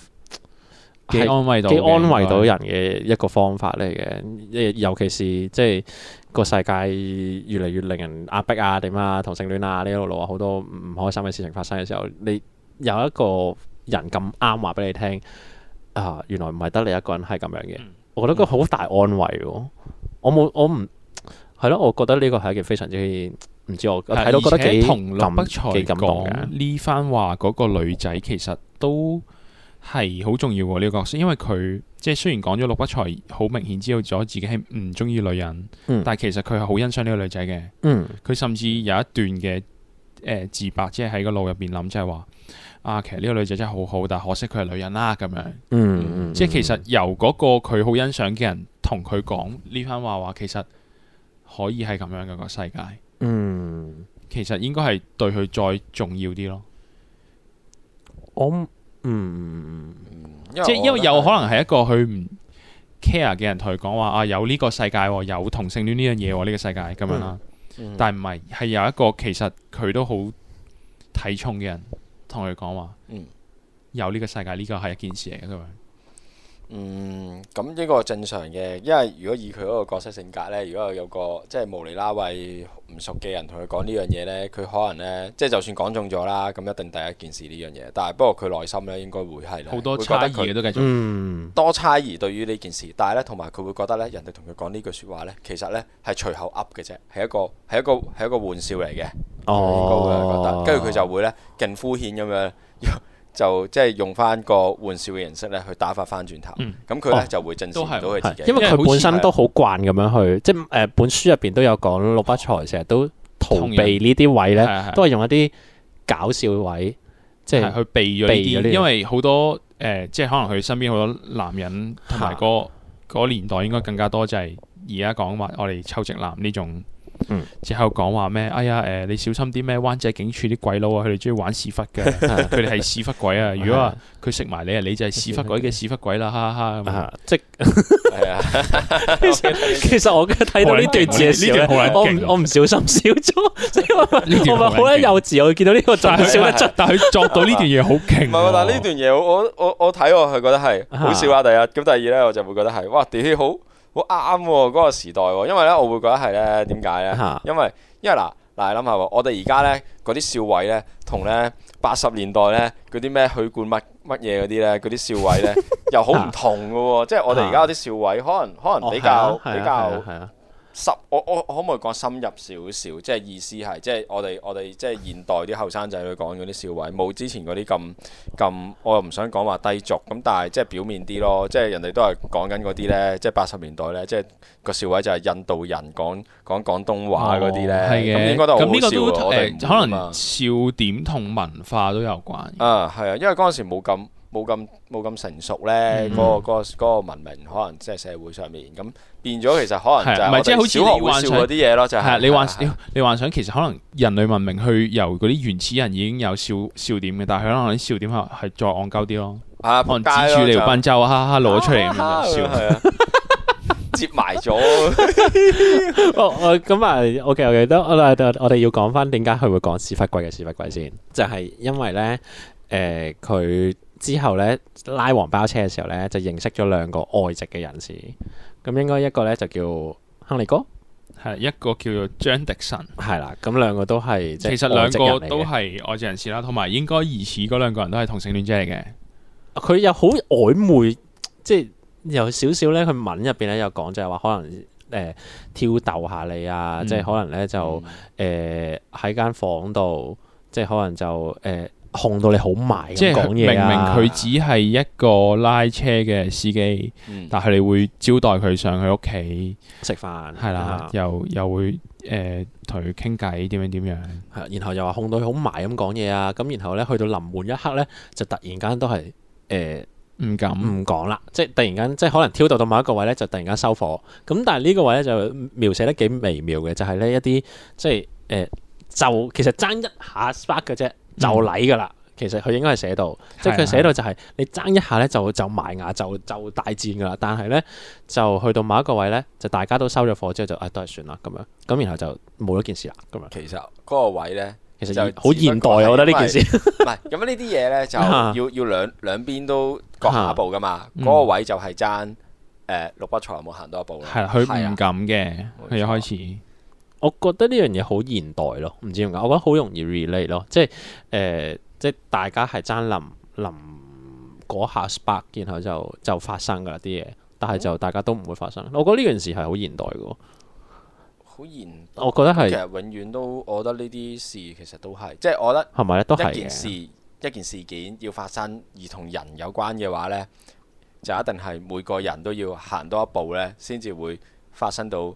[SPEAKER 4] 幾安慰到嘅，
[SPEAKER 2] 嗯幾安慰到
[SPEAKER 4] 應
[SPEAKER 2] 人嘅一個方法嚟嘅，尤其是即係個世界越嚟越令人壓迫啊，點啊，同性戀啊呢一路路啊，好多唔唔開心嘅事情發生嘅時候，你有一個人咁啱話俾你聽啊，原來唔係得你一個人係咁樣
[SPEAKER 4] 嗯
[SPEAKER 2] 嘅，我覺得個好大安慰喎。我冇我唔係咯，我覺得呢個係一件非常之唔知我我
[SPEAKER 4] 該係
[SPEAKER 2] 睇到覺得
[SPEAKER 4] 而且
[SPEAKER 2] 幾
[SPEAKER 4] 同陸北才
[SPEAKER 2] 感幾感動
[SPEAKER 4] 講
[SPEAKER 2] 嘅，
[SPEAKER 4] 呢番話嗰個女仔其實都係好重要喎呢個角色，因為佢即係雖然講咗陸北才好明顯知道咗自己係唔中意女人，
[SPEAKER 2] 嗯
[SPEAKER 4] 但係其實佢係好欣賞呢個女仔嘅。
[SPEAKER 2] 嗯
[SPEAKER 4] 佢甚至有一段嘅誒、呃自白，即係喺個腦入邊諗，就係話啊，其實呢個女仔真係好好，但係可惜佢係女人啦咁樣。
[SPEAKER 2] 嗯嗯，
[SPEAKER 4] 即係其實由嗰個佢好欣賞嘅人同佢講呢番話話，其實可以係咁樣嘅個世界，
[SPEAKER 2] 嗯。
[SPEAKER 4] 其實應該係對佢再重要啲咯。
[SPEAKER 2] 我唔嗯，
[SPEAKER 3] 因為
[SPEAKER 4] 即係因為
[SPEAKER 3] 我覺得
[SPEAKER 4] 有可 能係一個佢唔 care 嘅人同佢講話啊，有呢個世界喎，有同性戀呢樣嘢喎，呢個世界咁樣啦。
[SPEAKER 3] 嗯
[SPEAKER 4] 但係唔係係有一個其實佢都好睇重嘅人同佢講話，
[SPEAKER 3] 嗯
[SPEAKER 4] 有呢個世界呢個係一件事嚟嘅咁樣。
[SPEAKER 3] 嗯，咁呢個正常嘅，因為如果以佢嗰個角色性格呢，如果有個即係無厘啦喂唔熟嘅人同佢講呢樣嘢呢，佢可能呢，即係就算講中咗啦，咁一定第一件事呢樣嘢。但係不過佢內心呢應該會係呢
[SPEAKER 4] 好多
[SPEAKER 3] 會覺得
[SPEAKER 4] 差異
[SPEAKER 3] 佢
[SPEAKER 4] 嘅都繼續。
[SPEAKER 2] 嗯，
[SPEAKER 3] 多猜疑對於呢件事，但係咧同埋佢會覺得咧，人哋同佢講呢句説話咧，其實咧係隨口噏嘅啫，係一個係一個係一個玩笑嚟嘅，
[SPEAKER 2] 哦
[SPEAKER 3] 應，該會覺得，跟住佢就會咧勁敷衍咁樣， 就即係用翻個玩笑嘅形式咧去打發翻轉頭，
[SPEAKER 4] 嗯
[SPEAKER 3] 咁佢咧
[SPEAKER 2] 哦
[SPEAKER 3] 就會正視
[SPEAKER 4] 都
[SPEAKER 3] 唔
[SPEAKER 4] 係
[SPEAKER 3] 到佢自
[SPEAKER 2] 係
[SPEAKER 3] 己，
[SPEAKER 2] 因為
[SPEAKER 4] 因為好
[SPEAKER 2] 佢
[SPEAKER 4] 似
[SPEAKER 2] 本身都好慣咁樣去，即係誒本書入邊都有講陸北才成日都逃避呢啲位
[SPEAKER 4] 係啊
[SPEAKER 2] 咧
[SPEAKER 4] 係啊，
[SPEAKER 2] 都係用一啲搞笑位，即
[SPEAKER 4] 係
[SPEAKER 2] 係
[SPEAKER 4] 去避咗呢
[SPEAKER 2] 避咗呢
[SPEAKER 4] 啲，
[SPEAKER 2] 啲
[SPEAKER 4] 因為好多誒、呃即係可能佢身邊好多男人同埋嗰嗰年代應該更加多，就係而家講話我哋抽直男呢種，
[SPEAKER 2] 嗯
[SPEAKER 4] 之後講話咩？哎呀誒、呃你小心啲咩？灣仔警署啲鬼佬啊，佢哋中意玩屎忽 嘅，佢哋係屎忽鬼啊！如果話佢食埋你啊，你就係屎忽鬼嘅屎忽鬼啦，哈哈哈咁樣！
[SPEAKER 2] 啊，即係
[SPEAKER 3] 係啊，
[SPEAKER 2] 其實我睇到呢段字嘅時候
[SPEAKER 4] 呢段
[SPEAKER 2] 咧，
[SPEAKER 4] 好
[SPEAKER 2] 啊我
[SPEAKER 4] 撚勁
[SPEAKER 2] 唔我唔小心笑咗，即係我咪
[SPEAKER 4] 呢段
[SPEAKER 2] 我咪
[SPEAKER 4] 好撚勁
[SPEAKER 2] 好撚幼稚，我見到呢個仲
[SPEAKER 4] 但係
[SPEAKER 2] 笑得
[SPEAKER 4] 佢
[SPEAKER 2] 出。
[SPEAKER 4] 但係佢作到呢段嘢好勁喎，
[SPEAKER 3] 唔係喎，但係呢段嘢我我我我睇我係覺得係好笑啊！第一，咁第二咧我就會覺得係哇，屌好好啱喎嗰個時代喎，因為咧我會覺得係咧點解咧？
[SPEAKER 2] 嚇
[SPEAKER 3] 因為因為嗱嗱你諗下喎，我哋而家咧嗰啲笑位咧，同咧八十年代咧嗰啲咩許冠乜乜嘢嗰啲咧，嗰啲笑 位咧又好唔同嘅喎，即係我哋而家嗰啲笑位可能可能比較
[SPEAKER 2] 哦係啊
[SPEAKER 3] 比
[SPEAKER 2] 係啊
[SPEAKER 3] 較
[SPEAKER 2] 係啊
[SPEAKER 3] 深，我我我可唔可以講深入少少？即係意思係即係我哋我哋即係現代啲後生仔女講嗰啲笑位，冇之前嗰啲咁咁，我又唔想講話低俗咁，但係即係表面啲咯，即係人哋都係講緊嗰啲咧，即係八十年代咧，即係個笑位就係印度人講講廣東話啊嗰啲咧，
[SPEAKER 4] 哦係
[SPEAKER 3] 咁
[SPEAKER 4] 嘅，
[SPEAKER 3] 應該都好
[SPEAKER 4] 咁
[SPEAKER 3] 好
[SPEAKER 4] 呢個都
[SPEAKER 3] 笑喎我哋唔
[SPEAKER 4] 誒，
[SPEAKER 3] 會
[SPEAKER 4] 可
[SPEAKER 3] 㗎嘛
[SPEAKER 4] 能笑點同文化都有關。
[SPEAKER 3] 啊，係啊，因為嗰陣時冇咁冇咁冇咁成熟咧，
[SPEAKER 4] 嗯
[SPEAKER 3] 嗰、個嗰、個嗰個文明可能即係社會上面咁變咗，其實可能就
[SPEAKER 4] 係啊唔係即係
[SPEAKER 3] 我
[SPEAKER 4] 好
[SPEAKER 3] 哋
[SPEAKER 4] 似
[SPEAKER 3] 小學
[SPEAKER 4] 你
[SPEAKER 3] 會
[SPEAKER 4] 幻
[SPEAKER 3] 笑
[SPEAKER 4] 想
[SPEAKER 3] 嗰啲嘢咯，就係、
[SPEAKER 4] 係啊你幻
[SPEAKER 3] 係啊
[SPEAKER 4] 你幻想其實可能人類文明去由嗰啲原始人已經有笑笑點嘅，但係佢可能啲笑點係係再戇鳩啲咯，
[SPEAKER 3] 啊，
[SPEAKER 4] 可能
[SPEAKER 3] 仆
[SPEAKER 4] 蜘
[SPEAKER 3] 街
[SPEAKER 4] 哦蛛你條
[SPEAKER 3] 咯
[SPEAKER 4] 賓州啊哈哈攞出嚟
[SPEAKER 3] 就啊
[SPEAKER 4] 咁就笑。
[SPEAKER 3] 係啊，接埋咗，
[SPEAKER 2] 我我咁啊，OK OK，得我哋我哋要講翻點解佢會講屎忽鬼嘅屎忽鬼先，就係因為咧，誒佢之後咧拉黃包車嘅時候咧，就認識咗兩個外籍嘅人士，咁應該一個咧就叫亨利哥，
[SPEAKER 4] 係啊一個叫做張迪臣，
[SPEAKER 2] 係啦，咁兩個都係即係
[SPEAKER 4] 其實兩
[SPEAKER 2] 外籍
[SPEAKER 4] 個
[SPEAKER 2] 人嚟嘅
[SPEAKER 4] 都係外籍人士啦，同埋應該疑似嗰兩個人都係同性戀者嚟嘅。
[SPEAKER 2] 佢又好曖昧，即係有少少咧，佢文入邊咧有講就係話可能誒、呃挑逗下你啊，
[SPEAKER 4] 嗯
[SPEAKER 2] 即係可能咧就。誒喺間房度，即係可能就誒、控到你好埋
[SPEAKER 4] 即
[SPEAKER 2] 咁
[SPEAKER 4] 係
[SPEAKER 2] 講
[SPEAKER 4] 明明
[SPEAKER 2] 嘢啊
[SPEAKER 4] 佢只係一個拉車嘅司機，
[SPEAKER 3] 嗯
[SPEAKER 4] 但係佢哋會招待佢上佢屋企，
[SPEAKER 2] 食飯
[SPEAKER 4] 係啦，
[SPEAKER 2] 啊
[SPEAKER 4] 又又會誒同佢傾偈點樣點樣。
[SPEAKER 2] 係然後又話控到佢好埋咁講嘢啊，咁然後咧去到臨門一刻咧，就突然間都係誒
[SPEAKER 4] 唔敢，
[SPEAKER 2] 唔講啦，即係突然間即係可能挑逗到某一個位咧，就突然間收火。咁但係呢個位咧就描寫得幾微妙嘅，就係、呢一啲即係誒、呃就其實爭一下 spark 嘅啫，就
[SPEAKER 3] 嗯
[SPEAKER 2] 禮㗎啦。其實佢應該係寫到，即係
[SPEAKER 4] 係
[SPEAKER 2] 佢
[SPEAKER 4] 係
[SPEAKER 2] 寫到就係你爭一下咧就就埋牙就就大戰㗎啦，但係咧就去到某一個位咧就大家都收咗火之後就啊都係算啦咁樣，咁然後就冇咗件事啦咁樣。
[SPEAKER 3] 其實嗰個位 咧。
[SPEAKER 2] 其實
[SPEAKER 3] 就
[SPEAKER 2] 現好
[SPEAKER 3] 只不
[SPEAKER 2] 現代，啊
[SPEAKER 3] 過係
[SPEAKER 2] 我覺得呢
[SPEAKER 3] 因為
[SPEAKER 2] 件事
[SPEAKER 3] 唔係，咁呢啲嘢咧就
[SPEAKER 2] 啊
[SPEAKER 3] 要要兩兩邊都各行一步噶嘛。嗰
[SPEAKER 4] 嗯
[SPEAKER 3] 個位就係爭呃誒陸北才有冇行多一步啦。
[SPEAKER 4] 係啦，佢
[SPEAKER 3] 係啊
[SPEAKER 4] 唔敢嘅，
[SPEAKER 3] 冇
[SPEAKER 4] 佢一
[SPEAKER 3] 錯
[SPEAKER 4] 開始
[SPEAKER 2] 我覺得呢樣嘢好現代咯，唔知點解，我覺得好容易 relate 咯，即係誒、呃即係大家係爭臨臨嗰下 spark，然後就就發生㗎啦啲嘢，但係
[SPEAKER 3] 嗯
[SPEAKER 2] 就大家都唔會發生。我覺得呢件事係好現代嘅喎，
[SPEAKER 3] 好現代。
[SPEAKER 2] 我覺得
[SPEAKER 3] 其
[SPEAKER 2] 係
[SPEAKER 3] 實永遠都，我覺得呢啲事其實都係，即係我覺
[SPEAKER 2] 係咪咧？都
[SPEAKER 3] 得
[SPEAKER 2] 係
[SPEAKER 3] 一件事
[SPEAKER 2] 嘅，
[SPEAKER 3] 一件事件要發生而同人有關嘅話呢，就一定係每個人都要行多一步呢，先至會發生到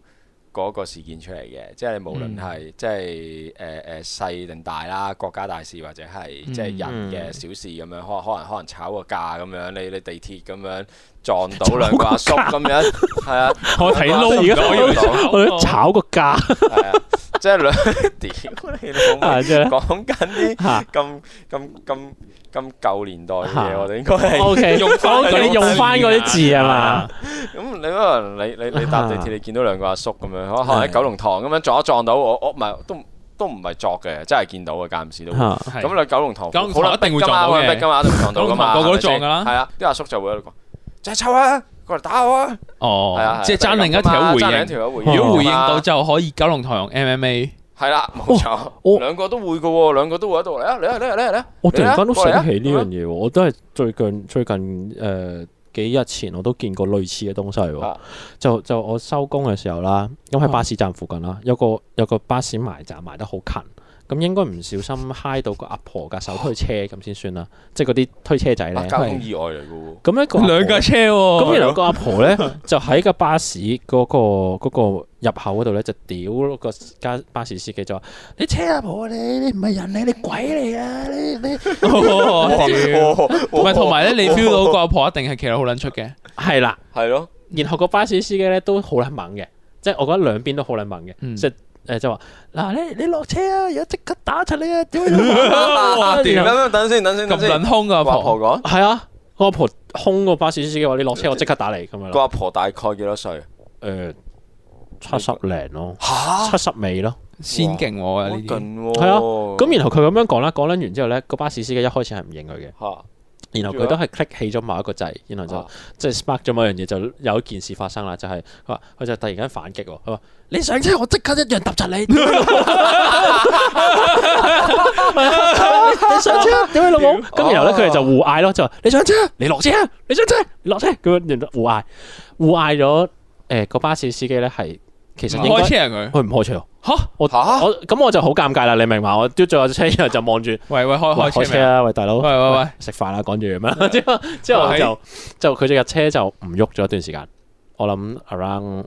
[SPEAKER 3] 嗰個事件出嚟嘅。即係無論係、即係誒誒細定大啦，國家大事或者係、即係人嘅小事咁樣，可能可能可能炒個價咁樣，你你地鐵咁樣撞到兩個阿叔咁樣，係啊。
[SPEAKER 4] 我睇
[SPEAKER 3] 我
[SPEAKER 4] 撈
[SPEAKER 3] 而
[SPEAKER 4] 唔
[SPEAKER 3] 家
[SPEAKER 4] 到，我以為
[SPEAKER 3] 我
[SPEAKER 2] 我覺得炒個價
[SPEAKER 3] 係啊，即係兩屌你老
[SPEAKER 2] 啊
[SPEAKER 3] 味，
[SPEAKER 2] 即係
[SPEAKER 3] 講緊啲
[SPEAKER 2] 嚇
[SPEAKER 3] 咁咁咁咁舊年代嘅
[SPEAKER 2] 嚇
[SPEAKER 3] 嘢，我哋應該係
[SPEAKER 2] ，O K，
[SPEAKER 4] 用返
[SPEAKER 2] 嗰啲
[SPEAKER 4] 嗰啲
[SPEAKER 2] 用翻嗰啲字係嘛？
[SPEAKER 3] 咁你可能你你你搭地
[SPEAKER 2] 啊
[SPEAKER 3] 鐵，你見到兩個阿叔咁樣，可可能喺九龍塘咁樣撞一撞到我，我唔係都都唔係作嘅，真係見到嘅間唔時都會。
[SPEAKER 2] 嚇
[SPEAKER 4] 啊係
[SPEAKER 3] 啊咁你九龍塘
[SPEAKER 4] 九龍塘
[SPEAKER 3] 好啦
[SPEAKER 4] 一定會
[SPEAKER 3] 逼㗎嘛
[SPEAKER 4] 撞到嘅
[SPEAKER 3] 逼㗎嘛，一定會撞到噶嘛，
[SPEAKER 4] 九龍塘個個
[SPEAKER 3] 係
[SPEAKER 4] 都
[SPEAKER 3] 咪先
[SPEAKER 4] 撞㗎啦
[SPEAKER 3] 係啊，啲阿叔就會喺度講：隻臭啊，過嚟打我啊！係啊
[SPEAKER 4] 哦，，即係爭
[SPEAKER 3] 係
[SPEAKER 4] 另一條回
[SPEAKER 3] 爭另一
[SPEAKER 4] 應。哦
[SPEAKER 3] 條回應。
[SPEAKER 4] 如果回應
[SPEAKER 3] 啊
[SPEAKER 4] 到
[SPEAKER 3] 嘛
[SPEAKER 4] 就可以九龍塘用 MMA，
[SPEAKER 3] 係啦，冇錯，
[SPEAKER 2] 我
[SPEAKER 3] 兩個都會嘅喎，兩個都會喺度嚟啊嚟啊嚟啊嚟啊嚟啊！
[SPEAKER 2] 我突然間都
[SPEAKER 3] 你
[SPEAKER 2] 醒
[SPEAKER 3] 咧過嚟啊
[SPEAKER 2] 起呢樣嘢喎，我都係最近最近誒幾日前我都見過類似嘅東西喎
[SPEAKER 3] 啊。
[SPEAKER 2] 就就我收工嘅時候啦，咁喺
[SPEAKER 4] 啊
[SPEAKER 2] 巴士站附近啦，有個有個巴士埋站埋得好近，咁應該唔小心揩到個阿婆架手推車咁先 算啦，即係嗰啲推車仔咧
[SPEAKER 3] 啊。交通意外嚟嘅喎。
[SPEAKER 2] 咁一個阿婆
[SPEAKER 4] 兩架車
[SPEAKER 2] 咁
[SPEAKER 4] 喎。
[SPEAKER 2] 原來 個阿婆咧 就喺個巴士嗰、個嗰個入口嗰度咧就屌個家巴士司機就話：你車阿婆啊你你唔係人嚟，你鬼嚟啊！你你
[SPEAKER 4] 哦屌
[SPEAKER 3] 唔
[SPEAKER 4] 唔係同埋咧，你 feel 到個阿婆一定係騎得好撚出嘅。
[SPEAKER 2] 係啦。
[SPEAKER 3] 係咯，
[SPEAKER 2] 然後個巴士司機咧都好撚猛嘅，即係我覺得兩邊都好撚猛嘅，
[SPEAKER 4] 嗯
[SPEAKER 2] 即係誒就話嗱你你落車啊，而家即刻打柒你啊！屌你！
[SPEAKER 3] 等
[SPEAKER 2] 然後
[SPEAKER 3] 等等先等先
[SPEAKER 4] 咁
[SPEAKER 3] 等先
[SPEAKER 4] 撚，兇個阿
[SPEAKER 3] 阿
[SPEAKER 4] 婆
[SPEAKER 3] 婆，講
[SPEAKER 2] 係啊，個阿婆兇個巴士司機話：你落車，我即刻打你咁樣
[SPEAKER 3] 個
[SPEAKER 2] 啦。
[SPEAKER 3] 阿婆大概幾多歲？
[SPEAKER 2] 誒七十零咯，
[SPEAKER 3] 嚇
[SPEAKER 2] 七十尾咯。
[SPEAKER 4] 先勁我啊
[SPEAKER 3] 好
[SPEAKER 4] 呢
[SPEAKER 3] 近
[SPEAKER 4] 啲。
[SPEAKER 3] 喎。
[SPEAKER 2] 係啊咁然後佢咁樣講啦，講撚完之後咧，個巴士司機一開始係唔應佢嘅，
[SPEAKER 3] 嚇
[SPEAKER 2] 然後佢都係 click 起咗某一個掣，然後就、
[SPEAKER 3] 啊
[SPEAKER 2] 即係 spark 咗某樣嘢，就有一件事發生啦，就係佢話佢就突然間反擊喎，佢話你上車我即刻一樣揼柒 你，你上車屌你老母！咁然後
[SPEAKER 4] 哦
[SPEAKER 2] 咧佢哋就互嗌咯，就話你上車，你落車，你上車，你落車，咁樣然後互嗌，互嗌咗誒個巴士司機咧係其實
[SPEAKER 4] 唔
[SPEAKER 2] 應該
[SPEAKER 4] 開車啊佢。
[SPEAKER 2] 佢唔開車喎，
[SPEAKER 4] 嚇！
[SPEAKER 2] 我
[SPEAKER 3] 嚇
[SPEAKER 2] 我咁我就好尷尬啦，你明嘛？我嘟咗架車，然後就望住。
[SPEAKER 4] 喂喂，開
[SPEAKER 2] 喂
[SPEAKER 4] 開
[SPEAKER 2] 開
[SPEAKER 4] 車
[SPEAKER 2] 車
[SPEAKER 4] 未啊？
[SPEAKER 2] 啊！喂，大佬，
[SPEAKER 4] 喂喂喂，
[SPEAKER 2] 食飯啦，趕住咁樣。之後之後
[SPEAKER 4] 喂
[SPEAKER 2] 就就佢只架車就唔喐咗一段時間，我諗 around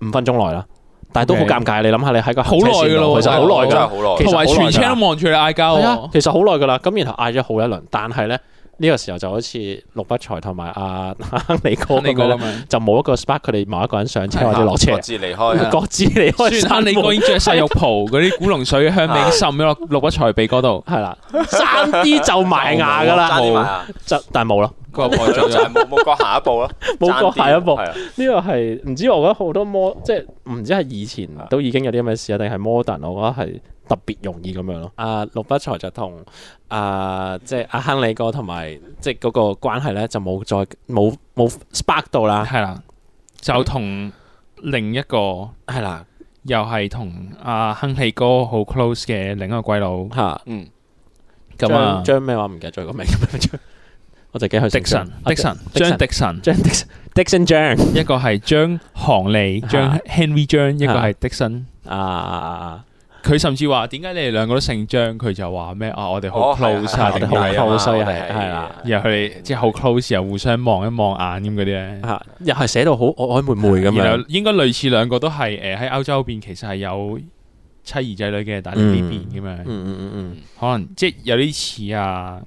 [SPEAKER 2] 五分鐘內啦。但係都好
[SPEAKER 4] OK
[SPEAKER 2] 尷尬，你諗下你喺個
[SPEAKER 4] 好耐㗎咯喎
[SPEAKER 2] 其實好耐
[SPEAKER 3] 真係
[SPEAKER 2] 㗎，
[SPEAKER 3] 好
[SPEAKER 2] 其實
[SPEAKER 3] 耐
[SPEAKER 4] 同埋
[SPEAKER 2] 好耐㗎
[SPEAKER 4] 全車都望住你嗌交
[SPEAKER 2] 係啊
[SPEAKER 4] 喎，。
[SPEAKER 2] 其實好耐㗎啦。咁然後嗌咗好一輪，但係咧呢個時候就好似陸北才同埋阿亨利哥
[SPEAKER 4] 你
[SPEAKER 2] 咁
[SPEAKER 4] 個
[SPEAKER 2] 樣
[SPEAKER 4] 咁
[SPEAKER 2] 咧，
[SPEAKER 4] 樣。
[SPEAKER 2] 就冇一個 spark 佢哋某一個人上車
[SPEAKER 4] 係啊
[SPEAKER 2] 或者落車，
[SPEAKER 3] 各自離開啊。
[SPEAKER 2] 各自離開
[SPEAKER 4] 雖然
[SPEAKER 2] 山
[SPEAKER 4] 你哥
[SPEAKER 2] 門。
[SPEAKER 4] 已經着晒浴袍，嗰啲古龍 水嘅香味已經滲咗落六不才鼻哥度。
[SPEAKER 2] 係啦，爭啲就埋牙㗎
[SPEAKER 3] 爭
[SPEAKER 2] 啦，
[SPEAKER 3] 啲埋啊
[SPEAKER 2] 就但係冇啦。
[SPEAKER 4] 個阿
[SPEAKER 3] 係
[SPEAKER 4] 婆就
[SPEAKER 3] 咯就係冇冇過下一步咯，
[SPEAKER 2] 冇過下一步
[SPEAKER 3] 爭啲係啊
[SPEAKER 2] 呢個係唔知，我覺得好多摩即係唔知係以前都已經有啲咁嘅哦事啊，定係 modern，我覺得係特別容易咁樣咯。啊，陸不才就同啊即係阿亨利哥同埋即係嗰個關係咧，就冇再冇冇 spark 到啦，
[SPEAKER 4] 係啦，就同另一個
[SPEAKER 2] 係啦
[SPEAKER 4] 又係同阿亨利哥好 close 嘅另一個鬼佬
[SPEAKER 2] 嚇。
[SPEAKER 3] 嗯，
[SPEAKER 4] 咁啊
[SPEAKER 2] 張，張咩話唔記得咗個名， 我就記佢姓
[SPEAKER 4] 迪
[SPEAKER 2] 張
[SPEAKER 4] 神
[SPEAKER 2] 啊
[SPEAKER 4] 迪神張迪神，
[SPEAKER 2] 張迪神 Dixon 張
[SPEAKER 4] 一個係張航利張
[SPEAKER 2] 啊
[SPEAKER 4] Henry 張，一個係迪神。
[SPEAKER 2] 啊啊啊
[SPEAKER 4] 佢甚至話點解你哋兩個都姓張？佢就話咩啊？我哋好
[SPEAKER 3] 哦係啊
[SPEAKER 4] close 啊，
[SPEAKER 2] 我
[SPEAKER 4] 定
[SPEAKER 2] 哋
[SPEAKER 4] 點
[SPEAKER 2] 好
[SPEAKER 4] 解啊？
[SPEAKER 2] close 啊
[SPEAKER 3] 我哋
[SPEAKER 2] 係係啦
[SPEAKER 4] 然後佢哋即係好 close，又互相望一望眼咁嗰啲咧。
[SPEAKER 2] 啊啊又係寫到好曖曖昧昧咁
[SPEAKER 4] 然
[SPEAKER 2] 樣
[SPEAKER 4] 後，應該類似兩個都係誒喺歐洲嗰邊其實係有妻兒仔女嘅，但係呢邊咁樣，
[SPEAKER 2] 嗯嗯嗯嗯，
[SPEAKER 4] 可能即係有啲似啊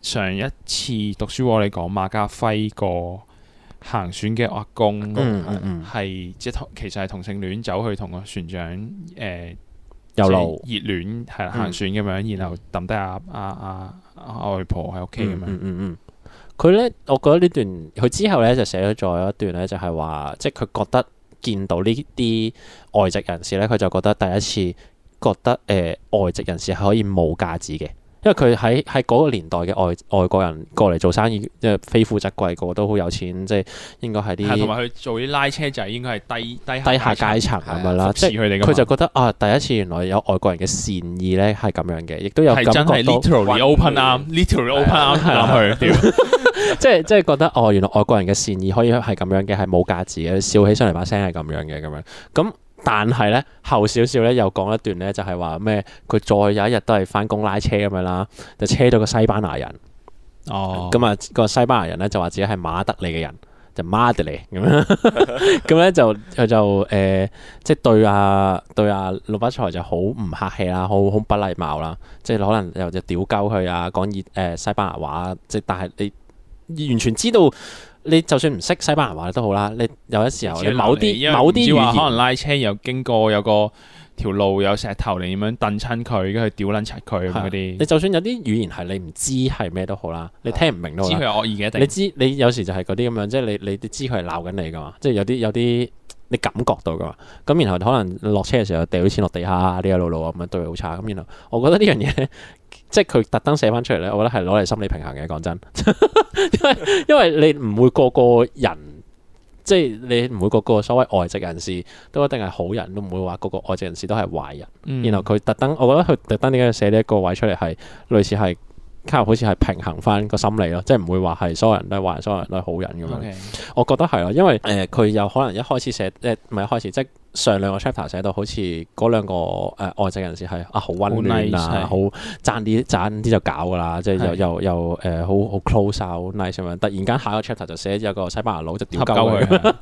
[SPEAKER 4] 上一次讀書我哋講馬家輝個行船嘅阿公，係、
[SPEAKER 2] 嗯嗯嗯
[SPEAKER 4] 即係同其實係同性戀走去同個船長誒、呃、
[SPEAKER 2] 有路。嗯
[SPEAKER 4] 即係熱戀係行船咁樣，然後抌低阿阿阿阿外婆喺屋企咁樣，
[SPEAKER 2] 嗯嗯嗯。佢咧，我覺得呢段佢之後咧就寫咗再有一段咧，就係話，即係佢覺得見到呢啲外籍人士咧，佢就覺得第一次覺得誒、呃外籍人士係可以冇價值嘅，因為佢喺喺嗰個年代嘅外外國人過嚟做生意，即係非富則貴，個個都好有錢，即係應該係
[SPEAKER 4] 係同
[SPEAKER 2] 啲
[SPEAKER 4] 埋佢做啲拉車仔應該係低低
[SPEAKER 2] 嗯低下
[SPEAKER 4] 階
[SPEAKER 2] 階層
[SPEAKER 4] 層啊
[SPEAKER 2] 咁樣啦。
[SPEAKER 4] 服侍
[SPEAKER 2] 即係
[SPEAKER 4] 佢哋㗎嘛
[SPEAKER 2] 佢就覺得啊，第一次原來有外國人嘅善意咧係咁樣嘅，亦都有感
[SPEAKER 4] 係真
[SPEAKER 2] 覺
[SPEAKER 4] 係
[SPEAKER 2] 到。
[SPEAKER 4] literally
[SPEAKER 3] 搵
[SPEAKER 4] open
[SPEAKER 3] 佢
[SPEAKER 4] arm，literally open
[SPEAKER 2] 啊
[SPEAKER 4] arm 諗佢，屌，
[SPEAKER 2] 即係即係覺得哦，原來外國人嘅善意可以係咁樣嘅，係冇價值嘅，笑起上嚟把聲係咁樣嘅咁樣。咁但係咧後少少咧又講一段咧，就係話咩？佢再有一日都係翻工拉車咁樣啦，就車到個西班牙人。
[SPEAKER 4] 哦，
[SPEAKER 2] 咁啊、個西班牙人咧就話自己係馬德里嘅人，就馬德里咁樣。 咁咧就佢就誒、呃即係對啊對啊陸北才就好唔客氣啦，好好不禮貌啦。即係可能又就屌鳩佢啊，講意誒西班牙話，即係但係你完全知道。你就算唔識西班牙話都好啦，你有一時候你某
[SPEAKER 4] 因為
[SPEAKER 2] 啲某啲
[SPEAKER 4] 唔知話
[SPEAKER 2] 語
[SPEAKER 4] 可
[SPEAKER 2] 言
[SPEAKER 4] 能拉車又經過有個條路有石頭，你點樣蹬親佢，跟住屌撚柒佢咁
[SPEAKER 2] 係啊
[SPEAKER 4] 嗰
[SPEAKER 2] 你
[SPEAKER 4] 啲，
[SPEAKER 2] 就算有啲語言係你唔知係咩都好啦，你聽唔明都好
[SPEAKER 4] 知
[SPEAKER 2] 啦
[SPEAKER 4] 佢有惡意嘅一定
[SPEAKER 2] 你。知你有時就係嗰啲咁樣，即係你你知佢係鬧緊你噶嘛，即係有啲有啲你感覺到噶嘛。咁然後可能落車嘅時候掉啲錢落地下啊，呢個路路啊咁樣對佢好差。咁然後我覺得呢樣嘢 即係佢特登寫翻出嚟咧，我覺得係攞嚟心理平衡嘅。講真， 因為因為你唔會個個人。即係你唔會個個所謂外籍人士都一定係好人，都唔會話個個外籍人士都係壞人。
[SPEAKER 4] 嗯
[SPEAKER 2] 然後佢特登，我覺得佢特登點解要寫呢一個位出嚟係類似係卡好似係平衡翻個心理咯，即係唔會話係所有人都係壞人，所有人都係好人咁樣。
[SPEAKER 4] 嗯 OK
[SPEAKER 2] 我覺得係咯，因為誒佢、有可能一開始寫誒唔係一開始，即係上兩個 chapter 寫到好似嗰兩個誒、呃外籍人士係啊好温暖啊，好
[SPEAKER 4] 好
[SPEAKER 2] 爭啲爭啲就搞㗎啦，即係又
[SPEAKER 4] 係
[SPEAKER 2] 又又誒好好 close 啊，好 nice 咁樣。突然間下一個 chapter 就寫有個西班牙佬就屌
[SPEAKER 4] 恰
[SPEAKER 2] 鳩佢
[SPEAKER 4] 鳩。佢，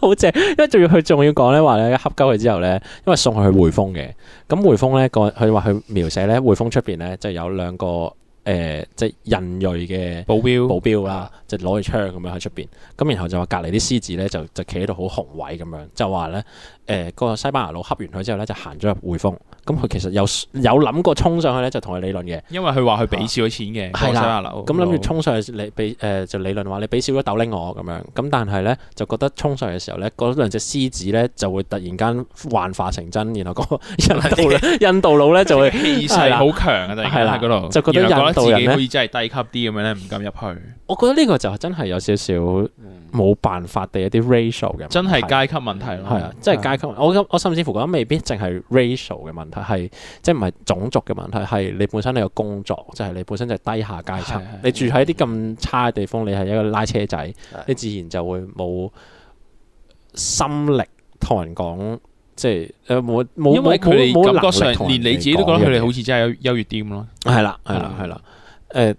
[SPEAKER 2] 好正，因為仲要佢仲要講咧話咧恰鳩佢之後咧，因為送佢去匯豐嘅，咁匯豐咧個佢話佢描寫咧匯豐出邊咧就有兩個誒、呃即係印裔嘅
[SPEAKER 4] 保 鏢
[SPEAKER 2] 保鏢啦，就攞住槍咁樣喺出邊，咁然後就話隔離啲獅子咧就就企喺度好宏偉咁樣，就話咧誒個西班牙佬恰完佢之後咧就行咗入匯豐，咁佢其實有有諗過衝上去咧就同佢理論嘅。
[SPEAKER 4] 因為佢話佢俾少咗錢嘅，嗰個
[SPEAKER 2] 係啦
[SPEAKER 4] 西班牙佬
[SPEAKER 2] 咁諗住衝上去，你俾誒就理論話你俾少咗豆拎我咁樣，咁但係咧就覺得衝上去嘅時候咧，嗰兩隻獅子咧就會突然間幻化成真，然後嗰個印 度咧 印度佬咧就會
[SPEAKER 4] 哦氣
[SPEAKER 2] 係
[SPEAKER 4] 勢
[SPEAKER 2] 啦
[SPEAKER 4] 好強啊！突然間
[SPEAKER 2] 係啦
[SPEAKER 4] 喺嗰度，
[SPEAKER 2] 就覺得
[SPEAKER 4] 然後
[SPEAKER 2] 印度人
[SPEAKER 4] 自己
[SPEAKER 2] 呢
[SPEAKER 4] 好似真係低級啲咁樣咧，唔敢入去，
[SPEAKER 2] 我覺得呢個就真係有少少冇辦法地一啲 racial 嘅問題，
[SPEAKER 4] 嗯真係階級問題咯。
[SPEAKER 2] 係啊，真係階級。我我甚至乎覺得未必淨係 racial 嘅問題，係即係唔係種族嘅問題，係你本身你個工作，即係你本身就係低下階層
[SPEAKER 4] 係係係，
[SPEAKER 2] 你住喺啲咁差嘅地方，你係一個拉車仔，你自然就會冇心力同人講，即係誒冇冇
[SPEAKER 4] 因為
[SPEAKER 2] 冇
[SPEAKER 4] 佢
[SPEAKER 2] 冇
[SPEAKER 4] 哋
[SPEAKER 2] 冇
[SPEAKER 4] 感覺
[SPEAKER 2] 能力
[SPEAKER 4] 上
[SPEAKER 2] 同
[SPEAKER 4] 連
[SPEAKER 2] 人
[SPEAKER 4] 你自己都
[SPEAKER 2] 講
[SPEAKER 4] 覺得佢
[SPEAKER 2] 嘅
[SPEAKER 4] 哋好似真係優優越啲咁咯。
[SPEAKER 2] 係啦，係啦，係啦。誒，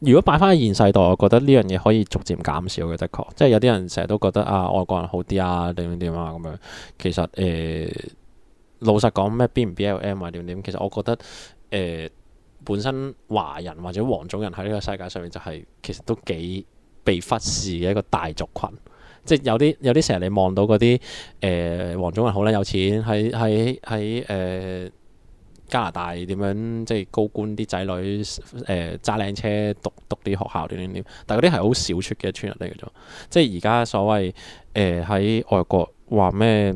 [SPEAKER 2] 如果擺翻喺現世代，我覺得呢樣嘢可以逐漸減少嘅，的確。即係有啲人成日都覺得啊，外國人好啲啊，點點點啊咁樣。其實誒、老實講咩 B 唔 BLM 啊點點，其實我覺得誒、本身華人或者黃種人喺呢個世界上面就係、其實都幾被忽視嘅一個大族群。即係有啲有啲成日你望到嗰啲誒呃黃種人好撚有錢，喺喺喺誒加拿大點樣即係高官啲仔女誒揸靚車讀讀啲學校點點點，但係嗰啲係好少出嘅村人嚟嘅啫。即係而家所謂誒喺、外國話咩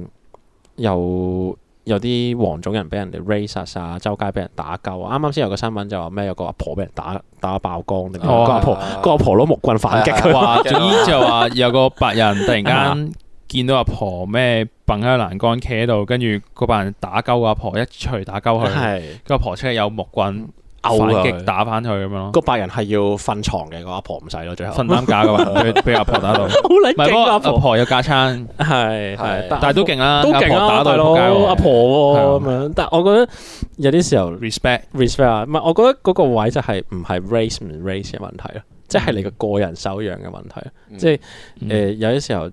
[SPEAKER 2] 有有啲黃種人俾人哋 racist 啊，周街俾人打鳩啊。啱啱先有個新聞就話咩有個阿婆俾人打打爆光定咩
[SPEAKER 4] 哦
[SPEAKER 2] 個阿婆個阿婆攞木棍反擊佢。
[SPEAKER 4] 話總之就話有個白人突 然間見到阿婆咩蹦喺個欄杆企喺度，跟住嗰班人打鳩個阿婆，一錘打鳩佢，
[SPEAKER 2] 係
[SPEAKER 4] 個阿婆出嚟有木棍反
[SPEAKER 2] 嘔啊
[SPEAKER 4] 擊
[SPEAKER 2] 佢，
[SPEAKER 4] 打翻佢咁樣咯，
[SPEAKER 2] 個白人係要瞓床嘅，個阿婆唔使咯，最後
[SPEAKER 4] 瞓擔架嘅 話，俾俾阿婆打到。
[SPEAKER 2] 好
[SPEAKER 4] 唔
[SPEAKER 2] 撚
[SPEAKER 4] 係，不
[SPEAKER 2] 勁
[SPEAKER 4] 過
[SPEAKER 2] 啊
[SPEAKER 4] 阿
[SPEAKER 2] 阿婆，
[SPEAKER 4] 婆有架撐，
[SPEAKER 2] 係
[SPEAKER 3] 係
[SPEAKER 2] 係，
[SPEAKER 4] 但係都勁啦，
[SPEAKER 2] 都
[SPEAKER 4] 阿
[SPEAKER 2] 勁
[SPEAKER 4] 婆
[SPEAKER 2] 啊，
[SPEAKER 4] 打
[SPEAKER 2] 大
[SPEAKER 4] 到
[SPEAKER 2] 佬
[SPEAKER 4] 仆街喎
[SPEAKER 2] 阿婆喎
[SPEAKER 4] 係啊
[SPEAKER 2] 咁樣。但係我覺得有啲時候
[SPEAKER 4] respect。
[SPEAKER 2] respect 啊，唔係我覺得嗰個位就係唔係 race 唔 race 嘅問題咯，即係你個個人修養嘅問題咯。即係誒、
[SPEAKER 4] 嗯
[SPEAKER 2] 有啲時候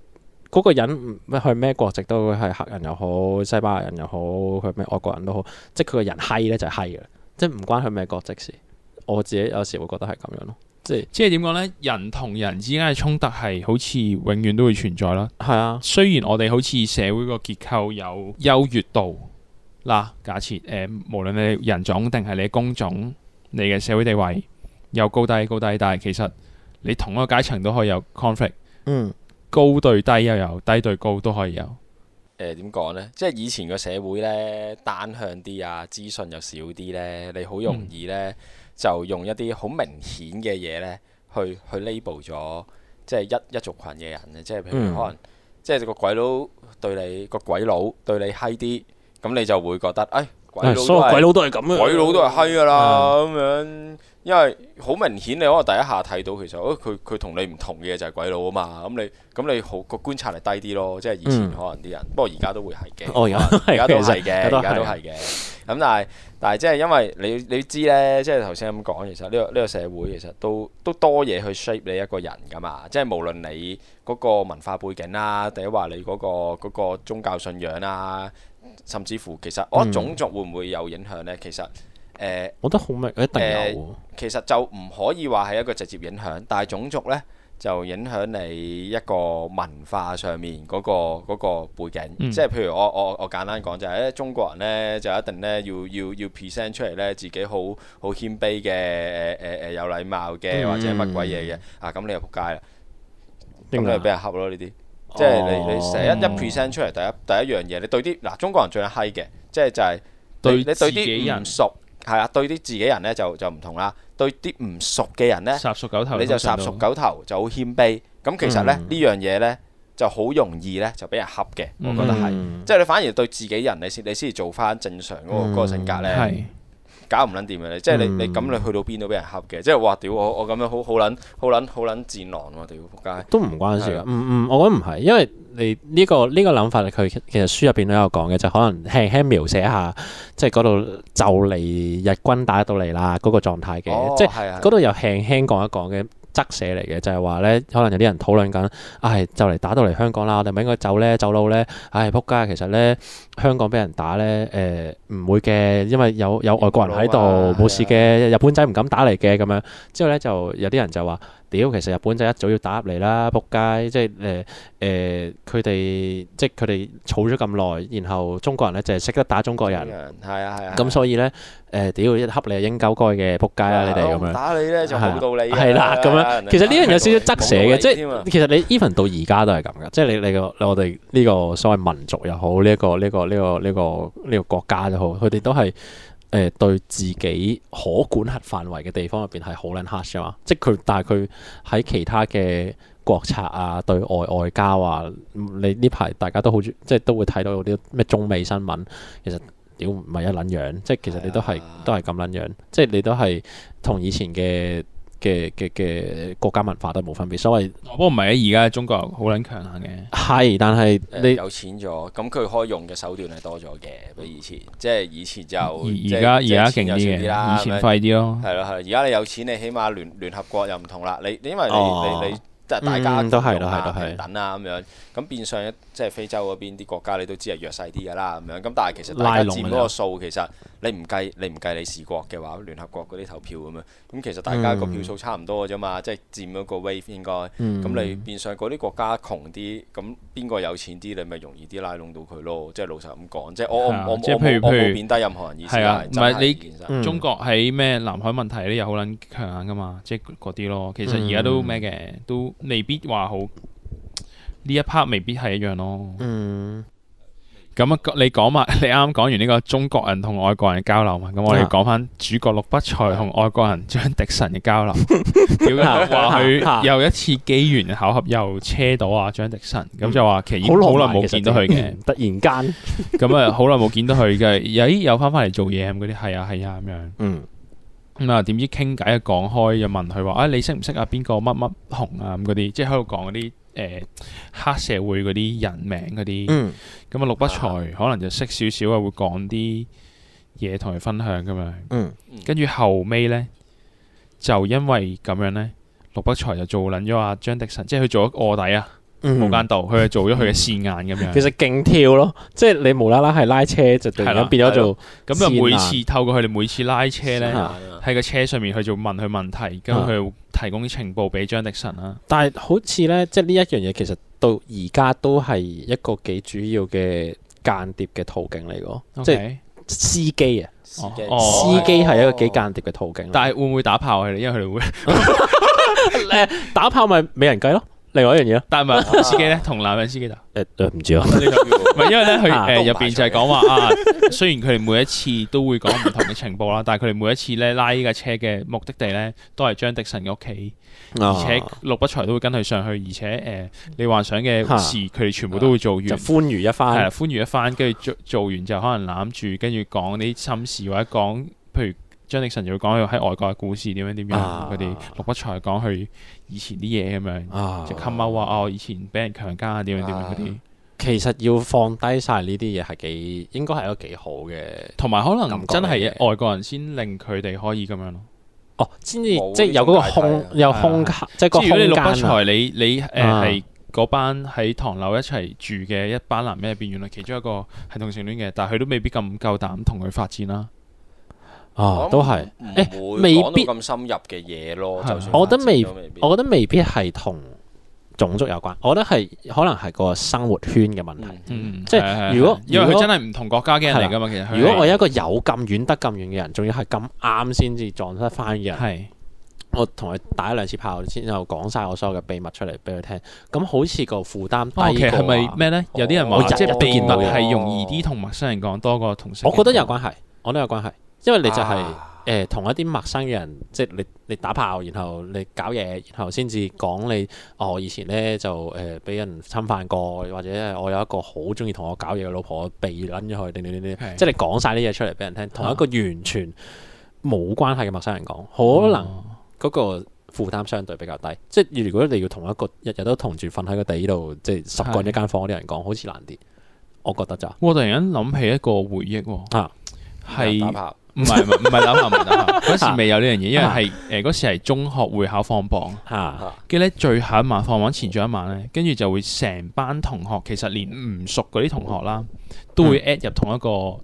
[SPEAKER 2] 嗰、個人唔佢咩國籍都係黑人又好，西班牙人又好，佢咩外國人都好，即係佢個人閪咧就係閪嘅，即係唔關佢咩國籍事。我自己有時會覺得係咁樣咯，即係
[SPEAKER 4] 即係點講呢？人同人之間嘅衝突係好似永遠都會存在啦。
[SPEAKER 2] 係啊，
[SPEAKER 4] 雖然我哋好似社會個結構有優越度啦，假設誒、呃，無論你人種定係你工種，你嘅社會地位有高低高低，但係其實你同一個階層都可以有 conflict，
[SPEAKER 2] 嗯，
[SPEAKER 4] 高對低又有，低對高都可以有。
[SPEAKER 3] 誒呃點講呢？即係以前個社會呢，單向啲啊，資訊又少啲呢，你好容易
[SPEAKER 2] 嗯
[SPEAKER 3] 呢，就用一啲好明顯嘅嘢呢，去去 label 咗即係一一族群嘅人啊嘅，即係譬
[SPEAKER 2] 嗯
[SPEAKER 3] 如可能即係個鬼佬對你個鬼佬對你閪啲，咁你就會覺得誒、哎鬼佬
[SPEAKER 2] 係
[SPEAKER 3] 都
[SPEAKER 2] 所有
[SPEAKER 3] 係
[SPEAKER 2] 鬼佬都係咁啊嗯嘅，
[SPEAKER 3] 鬼佬都係閪噶啦咁樣，因為好明顯你可能第一下睇到其實，哦佢佢同你唔同嘅就係鬼佬啊嘛，咁你咁你好個觀察力低啲咯，即係以前
[SPEAKER 2] 嗯
[SPEAKER 3] 可能啲人，不過而家都會係嘅，
[SPEAKER 2] 哦而家都係
[SPEAKER 3] 而家都係
[SPEAKER 2] 其實
[SPEAKER 3] 嘅，
[SPEAKER 2] 而
[SPEAKER 3] 而
[SPEAKER 2] 家
[SPEAKER 3] 家
[SPEAKER 2] 都係
[SPEAKER 3] 都係嘅，咁但係但係即係因為你你知咧，即係頭先咁講，其實呢個呢個社會其實都都多嘢去 shape 你一個人噶嘛，即係無論你嗰個文化背景啦，定係話你嗰個嗰個宗教信仰啦，甚至乎其實我
[SPEAKER 2] 嗯
[SPEAKER 3] 種族會唔會有影響咧？其實呃誒。啊
[SPEAKER 2] 我覺得好明，一定有
[SPEAKER 3] 誒其實就唔可以話係一個直接影響，但係種族呢，就影響你一個文化上面嗰、個嗰、個背景。
[SPEAKER 4] 嗯
[SPEAKER 3] 即係譬如我我我簡單講就係、咧，中國人咧就一定咧要要要 present 出嚟咧自己好好謙卑嘅誒誒誒有禮貌嘅或者乜鬼嘢嘅啊，咁你就仆街啦，咁
[SPEAKER 2] 點
[SPEAKER 3] 你
[SPEAKER 2] 解
[SPEAKER 3] 就俾人恰咯呢啲。即係你你成日一
[SPEAKER 4] 哦
[SPEAKER 3] 一 present 出嚟，第一第一樣嘢，你對啲嗱中國人最閪嘅，即係就係、
[SPEAKER 4] 對
[SPEAKER 3] 你你對
[SPEAKER 4] 自己
[SPEAKER 3] 啲
[SPEAKER 4] 人
[SPEAKER 3] 唔熟係啊，對啲自己人咧就就唔同啦，對啲唔熟嘅人咧。
[SPEAKER 4] 殺熟狗頭，
[SPEAKER 3] 你就
[SPEAKER 4] 通常
[SPEAKER 3] 霎
[SPEAKER 4] 都
[SPEAKER 3] 熟狗頭，就好謙卑。咁其實咧
[SPEAKER 2] 嗯
[SPEAKER 3] 呢樣嘢咧就好容易咧就俾人恰嘅，我覺得係。
[SPEAKER 2] 嗯
[SPEAKER 3] 即係你反而對自己人，你先你先至做翻正常嗰個
[SPEAKER 2] 嗯
[SPEAKER 3] 嗰個性格咧，
[SPEAKER 4] 係
[SPEAKER 3] 搞唔撚掂嘅你。即係你
[SPEAKER 2] 嗯
[SPEAKER 3] 你咁你去到邊都俾人恰嘅，即係哇屌我我咁樣好好撚好撚好撚戰狼喎屌仆街。
[SPEAKER 2] 都唔關事
[SPEAKER 3] 係
[SPEAKER 2] 㗎
[SPEAKER 3] 啊，
[SPEAKER 2] 唔唔，我覺得唔係，因為你呢、個呢、個諗法，佢其其實書入邊都有講嘅，就可能輕輕描寫下，即係嗰度就嚟日軍打到嚟啦，嗰、個狀態嘅，
[SPEAKER 3] 哦
[SPEAKER 2] 即係
[SPEAKER 3] 係啊
[SPEAKER 2] 嗰度又輕輕講一講嘅側寫嚟嘅，就係話咧，可能有啲人討論緊，唉、就嚟打到嚟香港啦，我哋咪應該走咧，走佬咧，唉、仆街，其實咧香港俾人打咧，誒、唔會嘅，因為有有外國人喺度，
[SPEAKER 3] 有
[SPEAKER 2] 冇啊事嘅，日本仔唔敢打嚟嘅咁樣。之後咧就有啲人就話。屌，其實日本仔一早要打入嚟啦，仆街！即係誒誒，佢哋即係佢哋儲咗咁耐，然後中國人咧就係識得打中國人，
[SPEAKER 3] 係啊係啊。
[SPEAKER 2] 咁所以咧誒，屌一恰你係應九該嘅，仆街啊啦你哋咁
[SPEAKER 3] 我唔
[SPEAKER 2] 樣。
[SPEAKER 3] 打你咧就冇道理㗎。
[SPEAKER 2] 係啦，咁
[SPEAKER 3] 人
[SPEAKER 2] 樣
[SPEAKER 3] 哋
[SPEAKER 2] 其實呢樣有少少
[SPEAKER 3] 打
[SPEAKER 2] 側
[SPEAKER 3] 你
[SPEAKER 2] 寫
[SPEAKER 3] 冇
[SPEAKER 2] 嘅，
[SPEAKER 3] 道理
[SPEAKER 2] 即
[SPEAKER 3] 添啊
[SPEAKER 2] 係其實你 even 到而家都係咁噶，即係你你個我哋呢個所謂民族又好，呢一個呢個呢個呢個呢個國家都好，佢哋都係誒對自己可管轄範圍嘅地方入邊係好撚 hard 噶嘛，即係佢但係佢喺其他嘅。國策啊，對外外交啊，你呢排大家都好注即係都會睇到有啲咩中美新聞，其實屌唔係一撚樣，即係其實你都係
[SPEAKER 3] 係啊
[SPEAKER 2] 都係咁撚樣，即係你都係同以前嘅嘅嘅嘅國家文化都冇分別。所謂
[SPEAKER 4] 不過唔係啊，而家中國好撚強硬嘅。
[SPEAKER 2] 係，但係
[SPEAKER 3] 誒
[SPEAKER 2] 你
[SPEAKER 3] 呃有錢咗，咁佢可以用嘅手段係多咗嘅，比以前，即係以前就
[SPEAKER 4] 而而家而家勁啲
[SPEAKER 3] 啲啦，係
[SPEAKER 4] 嘅，以
[SPEAKER 3] 咪
[SPEAKER 4] 前快啲咯。
[SPEAKER 3] 係咯係，而家你有錢，你起碼聯聯合國又唔同啦。你你因為你、
[SPEAKER 2] 哦
[SPEAKER 3] 你你即係大家
[SPEAKER 2] 嗯都係
[SPEAKER 3] 共用
[SPEAKER 2] 都係
[SPEAKER 3] 啊
[SPEAKER 2] 都係
[SPEAKER 3] 平等啊咁樣，咁變相即係非洲嗰邊啲國家你都知係弱勢啲㗎啦咁樣。咁但係其實大
[SPEAKER 2] 拉
[SPEAKER 3] 家
[SPEAKER 2] 攏
[SPEAKER 3] 佔
[SPEAKER 2] 㗎
[SPEAKER 3] 嗰個數，其實你唔計你唔計你視國嘅話，聯合國嗰啲投票咁樣，咁其實大家個
[SPEAKER 4] 嗯
[SPEAKER 3] 票數差唔多㗎啫嘛，即係佔嗰個 wave 應該。咁、
[SPEAKER 2] 嗯
[SPEAKER 3] 你變相嗰啲國家窮啲，咁邊個有錢啲，你咪容易啲拉攏到佢咯。即係老實咁講，即係我我
[SPEAKER 4] 係啊
[SPEAKER 3] 我我
[SPEAKER 4] 即係譬如
[SPEAKER 3] 冇我冇
[SPEAKER 4] 譬
[SPEAKER 3] 貶
[SPEAKER 4] 如
[SPEAKER 3] 低任何人意思
[SPEAKER 4] 係啊
[SPEAKER 3] 但係
[SPEAKER 4] 唔係你
[SPEAKER 3] 真係
[SPEAKER 2] 嗯
[SPEAKER 4] 中國喺咩南海問題咧又好撚強硬噶嘛，即係嗰啲咯。其實而家都咩嘅，都未必話好呢一 part 未必係一樣咯。
[SPEAKER 2] 嗯
[SPEAKER 4] 咁啊，你講埋 你啱啱講完呢個中國人同外國人嘅交流嘛，咁我哋
[SPEAKER 2] 啊
[SPEAKER 4] 講翻主角陸北才同外國人張迪臣嘅交流。屌話佢又一次機緣巧合又車到啊張迪臣，咁就話其實已經好
[SPEAKER 2] 浪
[SPEAKER 4] 耐
[SPEAKER 2] 漫
[SPEAKER 4] 冇
[SPEAKER 2] 其實
[SPEAKER 4] 見到佢嘅。
[SPEAKER 2] 突然間，
[SPEAKER 4] 咁啊，好耐冇見到佢嘅，咦又翻返嚟做嘢咁嗰啲，係啊係啊咁樣。
[SPEAKER 2] 嗯
[SPEAKER 4] 咁啊，點知傾偈一講開，又問佢話：啊，你識唔識啊？邊個乜乜紅啊？咁嗰啲，即係喺度講嗰啲誒黑社會嗰啲人名嗰啲。
[SPEAKER 2] 嗯
[SPEAKER 4] 咁啊，陸不才可能就識少少啊，會講啲嘢同佢分享咁樣。
[SPEAKER 2] 嗯，
[SPEAKER 4] 跟住後尾呢，就因為咁樣呢，陸不才就做撚咗阿張迪臣，即係佢做咗卧底啊，無間道，佢就做咗佢嘅線眼咁樣。
[SPEAKER 2] 嗯其實勁跳咯，即係你無啦啦係拉車就突然
[SPEAKER 4] 係啦
[SPEAKER 2] 間變咗
[SPEAKER 4] 係
[SPEAKER 2] 做
[SPEAKER 4] 咁就每
[SPEAKER 2] 線
[SPEAKER 4] 次透過佢哋每次拉車
[SPEAKER 3] 係
[SPEAKER 4] 呢，
[SPEAKER 3] 啊
[SPEAKER 4] 喺個車上面佢就問佢問題，咁佢就提供啲情報俾張迪臣啦。
[SPEAKER 2] 但係好似咧，即係呢一樣嘢，其實到而家都係一個幾主要嘅間諜嘅途徑嚟㗎，即係
[SPEAKER 4] OK
[SPEAKER 2] 司機啊，
[SPEAKER 3] 司機
[SPEAKER 4] 哦
[SPEAKER 2] 司機係一個幾間諜嘅途徑。
[SPEAKER 4] 但係會唔會打炮佢哋？因為佢哋會，
[SPEAKER 2] 係打炮咪美人計咯，另外一樣嘢咯。
[SPEAKER 4] 但係唔係同司機咧，同男人司機打。
[SPEAKER 2] 誒誒唔知啊，
[SPEAKER 4] 唔係因為咧，佢
[SPEAKER 2] 啊
[SPEAKER 4] 誒入
[SPEAKER 3] 都唔排
[SPEAKER 4] 邊
[SPEAKER 3] 除
[SPEAKER 4] 就係講話啊，雖然佢哋每一次都會講唔同嘅情報啦，但係佢哋每一次咧拉呢架車嘅目的地咧，都係張迪臣嘅屋企，
[SPEAKER 2] 哦
[SPEAKER 4] 而且陸不才都會跟佢上去，而且誒你幻想嘅
[SPEAKER 2] 啊
[SPEAKER 4] 事，佢哋全部都會做完。
[SPEAKER 2] 就歡愉一
[SPEAKER 4] 係
[SPEAKER 2] 番。
[SPEAKER 4] 啦，歡愉一番，跟住做做完就可能攬住，跟住講啲心事或者講，譬如張迪臣就會講佢喺外國嘅故事點樣點樣，
[SPEAKER 2] 啊
[SPEAKER 4] 佢哋陸不才講佢以前啲嘢咁樣，
[SPEAKER 2] 啊
[SPEAKER 4] 即係 come out 話啊，我以前俾人強姦啊，點樣點樣嗰啲，
[SPEAKER 2] 其實要放低晒呢啲嘢係幾，應該係一個幾好嘅。
[SPEAKER 4] 同埋可
[SPEAKER 2] 感
[SPEAKER 4] 能
[SPEAKER 2] 覺
[SPEAKER 4] 真係
[SPEAKER 2] 嚟嘅
[SPEAKER 4] 外國人先令佢哋可以咁樣咯。
[SPEAKER 2] 哦，先至
[SPEAKER 3] 冇
[SPEAKER 2] 即係有嗰個
[SPEAKER 3] 呢種
[SPEAKER 2] 空
[SPEAKER 3] 界，
[SPEAKER 2] 有空間，即係個
[SPEAKER 4] 啊即係如果你
[SPEAKER 2] 空
[SPEAKER 4] 陸不
[SPEAKER 2] 間啊。
[SPEAKER 4] 才，你你誒
[SPEAKER 2] 啊
[SPEAKER 4] 係嗰班喺唐樓一齊住嘅一班男人入邊，原來其中一個係同性戀嘅，但係佢都未必咁夠膽同佢發展啦。
[SPEAKER 2] 啊，都係。
[SPEAKER 3] 唔會
[SPEAKER 2] 未
[SPEAKER 3] 講
[SPEAKER 2] 必
[SPEAKER 3] 到咁深入嘅嘢咯。就算
[SPEAKER 2] 我覺得未
[SPEAKER 3] 發展都必
[SPEAKER 2] 我覺得未必係同種族有關，我覺得係可能係個生活圈嘅問題。
[SPEAKER 3] 嗯
[SPEAKER 4] 嗯，
[SPEAKER 2] 即係
[SPEAKER 4] 係係
[SPEAKER 2] 如果
[SPEAKER 4] 係因為
[SPEAKER 2] 如
[SPEAKER 4] 佢
[SPEAKER 2] 果
[SPEAKER 4] 真係唔同國家嘅人嚟噶嘛，其實佢係
[SPEAKER 2] 如果我有一個有咁遠得咁遠嘅人，仲要係咁啱先至撞得翻嘅人，
[SPEAKER 4] 係
[SPEAKER 2] 我同佢打一兩次炮先，後講晒我所有嘅秘密出嚟俾佢聽，咁好似個負擔低過
[SPEAKER 4] 哦，
[SPEAKER 2] 啊。
[SPEAKER 4] 其實係咪咩咧？有啲人話
[SPEAKER 2] 我日
[SPEAKER 4] 即
[SPEAKER 2] 日
[SPEAKER 4] 係
[SPEAKER 2] 都
[SPEAKER 4] 秘密
[SPEAKER 2] 見到嘅
[SPEAKER 4] 係容易啲同陌生人講多過同性。
[SPEAKER 2] 我覺得有關係，我都有關係，因為你就係、
[SPEAKER 3] 啊
[SPEAKER 2] 誒呃同一啲陌生嘅人，即係你你打炮，然後你搞嘢，然後先至講你哦，我以前咧就誒俾、人侵犯過，或者係我有一個好中意同我搞嘢嘅老婆，我避撚咗佢，定點點點
[SPEAKER 4] 係
[SPEAKER 2] 即係你講晒啲嘢出嚟俾人聽，同一個完全冇關係嘅陌生人講，可能
[SPEAKER 4] 哦
[SPEAKER 2] 嗰個負擔相對比較低。即係如果你要同一個日日都同住瞓喺個地度，即係十個人
[SPEAKER 4] 係
[SPEAKER 2] 一間房嗰啲人講，好似難啲，我覺得咋
[SPEAKER 4] 我突然間諗起一個回憶喎，
[SPEAKER 2] 啊
[SPEAKER 4] 係
[SPEAKER 3] 打炮
[SPEAKER 4] 唔係唔係唔係打炮唔係 打炮，嗰時未有呢樣嘢，因
[SPEAKER 2] 啊
[SPEAKER 4] 為係誒嗰時係中學會考放榜，
[SPEAKER 2] 嚇
[SPEAKER 4] 跟住咧最後一晚放榜前最後一晚咧，跟住就會成班同學其實連唔熟嗰啲同學啦，都
[SPEAKER 2] 嗯
[SPEAKER 4] 會 at 入同一個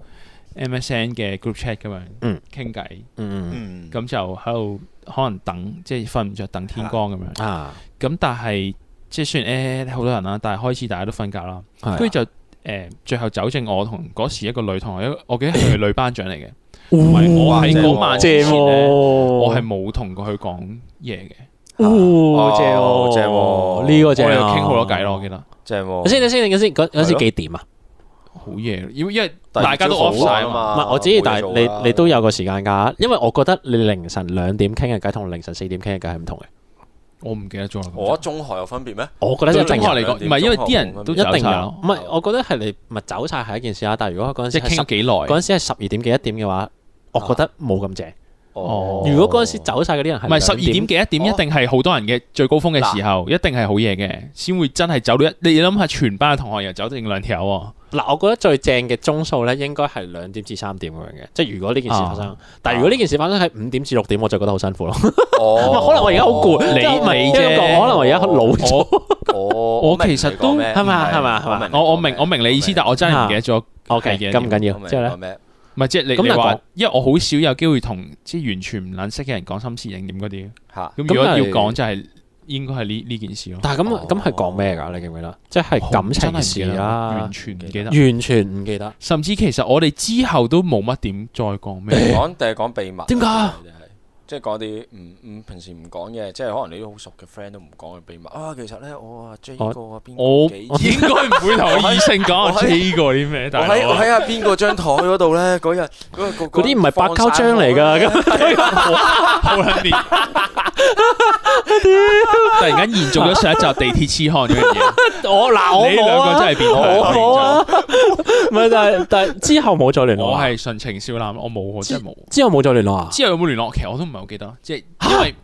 [SPEAKER 4] MSN 嘅 group chat 咁樣
[SPEAKER 2] 嗯
[SPEAKER 4] 傾偈，
[SPEAKER 2] 嗯
[SPEAKER 3] 嗯
[SPEAKER 4] 咁就喺度可能等即係瞓唔着等天光咁樣。
[SPEAKER 2] 啊
[SPEAKER 4] 咁但係即係雖然 AA 好多人啦，但係開始大家都瞓覺啦，
[SPEAKER 2] 係
[SPEAKER 4] 跟住就誒、呃最後糾正我同嗰時一個女同學，一個我記得係佢女班長嚟嘅，唔係我喺嗰晚之前咧，我係冇同過佢講嘢嘅，
[SPEAKER 2] 哦，
[SPEAKER 3] 啊
[SPEAKER 2] 正
[SPEAKER 3] 哦
[SPEAKER 2] 喎，
[SPEAKER 3] 正喎
[SPEAKER 2] 呢個
[SPEAKER 4] 我哋
[SPEAKER 2] 正啊，
[SPEAKER 4] 傾好多偈咯，我記得
[SPEAKER 3] 正喎。
[SPEAKER 2] 等先，等先，等先，嗰嗰陣時
[SPEAKER 3] 係咯
[SPEAKER 2] 幾點啊？
[SPEAKER 4] 好夜，因為因為
[SPEAKER 3] 第二
[SPEAKER 4] 大家都
[SPEAKER 3] 朝早
[SPEAKER 4] off 晒啊
[SPEAKER 3] 啊
[SPEAKER 4] 嘛，
[SPEAKER 2] 唔
[SPEAKER 3] 嘛
[SPEAKER 2] 係我知，但係
[SPEAKER 3] 冇嘢做啦
[SPEAKER 2] 你你都有個時間㗎，因為我覺得你凌晨兩點傾嘅偈同凌晨四點傾嘅偈係唔同嘅。
[SPEAKER 4] 我唔記得咗啦。
[SPEAKER 3] 我中學有分別咩？
[SPEAKER 2] 我覺得
[SPEAKER 4] 對
[SPEAKER 2] 一定
[SPEAKER 4] 中學
[SPEAKER 2] 有，
[SPEAKER 4] 嚟講，唔係因為啲人都
[SPEAKER 2] 一定
[SPEAKER 4] 走晒
[SPEAKER 2] 有
[SPEAKER 4] 咯，，
[SPEAKER 2] 唔係我覺得係你咪走晒係一件事啦。但係如果嗰陣
[SPEAKER 4] 即
[SPEAKER 2] 時
[SPEAKER 4] 係
[SPEAKER 2] 係十
[SPEAKER 4] 傾咗幾耐
[SPEAKER 2] 嗰。陣時係十二點幾一點嘅話，我覺得冇咁正。
[SPEAKER 4] 哦
[SPEAKER 2] 如果嗰陣時走晒嗰啲人係
[SPEAKER 4] 唔係十二
[SPEAKER 2] 兩
[SPEAKER 4] 點幾一點，一定係好多人嘅最高峰嘅時候，一定係好夜嘅，先會真係走到一。你諗下，全班嘅同學又走定兩條友喎。
[SPEAKER 2] 嗱，我覺得最正嘅鐘數咧，應該係兩點至三點咁樣嘅，即係如果呢件事發生。但係如果呢件事發生喺五點至六點，我就覺得好辛苦咯。唔係
[SPEAKER 3] 哦
[SPEAKER 2] 可能我而家好攰，
[SPEAKER 4] 你
[SPEAKER 2] 即係我
[SPEAKER 4] 你
[SPEAKER 2] 即係
[SPEAKER 4] 啫
[SPEAKER 2] 我可能我而家老咗。
[SPEAKER 3] 哦
[SPEAKER 4] 我
[SPEAKER 3] 我明
[SPEAKER 4] 其實
[SPEAKER 3] 你講
[SPEAKER 4] 都
[SPEAKER 3] 咩
[SPEAKER 2] 係嘛係嘛係嘛
[SPEAKER 3] 明你
[SPEAKER 4] 我我
[SPEAKER 3] 講
[SPEAKER 4] 明
[SPEAKER 3] 咩
[SPEAKER 4] 我明你意思，但我真係唔記得咗。
[SPEAKER 2] O K，
[SPEAKER 4] 係嘅
[SPEAKER 2] 咁唔緊
[SPEAKER 3] 我
[SPEAKER 2] 要
[SPEAKER 3] 明。
[SPEAKER 2] 之後
[SPEAKER 3] 你
[SPEAKER 2] 咧
[SPEAKER 3] 講，咩
[SPEAKER 4] 唔係即係你
[SPEAKER 2] 咁
[SPEAKER 4] 你
[SPEAKER 2] 但係
[SPEAKER 4] 話
[SPEAKER 2] 講，
[SPEAKER 4] 因為我好少有機會同即係完全唔撚識嘅人講心事定點嗰啲。
[SPEAKER 3] 嚇
[SPEAKER 4] 咁如果
[SPEAKER 2] 但
[SPEAKER 4] 要
[SPEAKER 2] 係
[SPEAKER 4] 講就係應該係呢呢件事咯。
[SPEAKER 2] 但係
[SPEAKER 3] 哦
[SPEAKER 2] 咁咁係講咩㗎？你記唔記得？即係感
[SPEAKER 4] 真係
[SPEAKER 2] 情
[SPEAKER 4] 唔
[SPEAKER 2] 事
[SPEAKER 4] 記得
[SPEAKER 2] 啦
[SPEAKER 4] 完，全哦唔記得。
[SPEAKER 2] 完全唔記得。
[SPEAKER 4] 甚至其實我哋之後都冇乜點再講 咩。
[SPEAKER 3] 講定係講秘密？
[SPEAKER 2] 點解啊
[SPEAKER 3] 真係？即係講啲唔唔平時唔講嘅，即係可能你都好熟嘅 friend 都唔講嘅秘密啊。其實咧，我啊 J 個
[SPEAKER 2] 我
[SPEAKER 3] 啊邊
[SPEAKER 4] 我
[SPEAKER 3] 個幾
[SPEAKER 4] 應該唔會同我異性講
[SPEAKER 3] 我
[SPEAKER 4] 我
[SPEAKER 3] 喺
[SPEAKER 4] J 過啲咩，
[SPEAKER 3] 我
[SPEAKER 4] 大
[SPEAKER 3] 喺我
[SPEAKER 4] 佬。
[SPEAKER 3] 喺阿邊個張台嗰度咧，嗰日嗰日個
[SPEAKER 2] 嗰啲唔係白膠漿嚟㗎，咁
[SPEAKER 4] 好撚面，突然間延續咗上一集地鐵痴漢嗰樣嘢。
[SPEAKER 2] 我嗱我
[SPEAKER 4] 你兩
[SPEAKER 2] 冇
[SPEAKER 4] 個
[SPEAKER 2] 啊，
[SPEAKER 4] 真係變態。
[SPEAKER 2] 我冇啊，唔係但係但係之後冇再聯絡
[SPEAKER 4] 我
[SPEAKER 2] 啊，
[SPEAKER 4] 係純情少男，我冇，我真係冇。
[SPEAKER 2] 之後冇再聯絡啊，
[SPEAKER 4] 之後有冇聯絡？其實我都唔係好記得，即係因為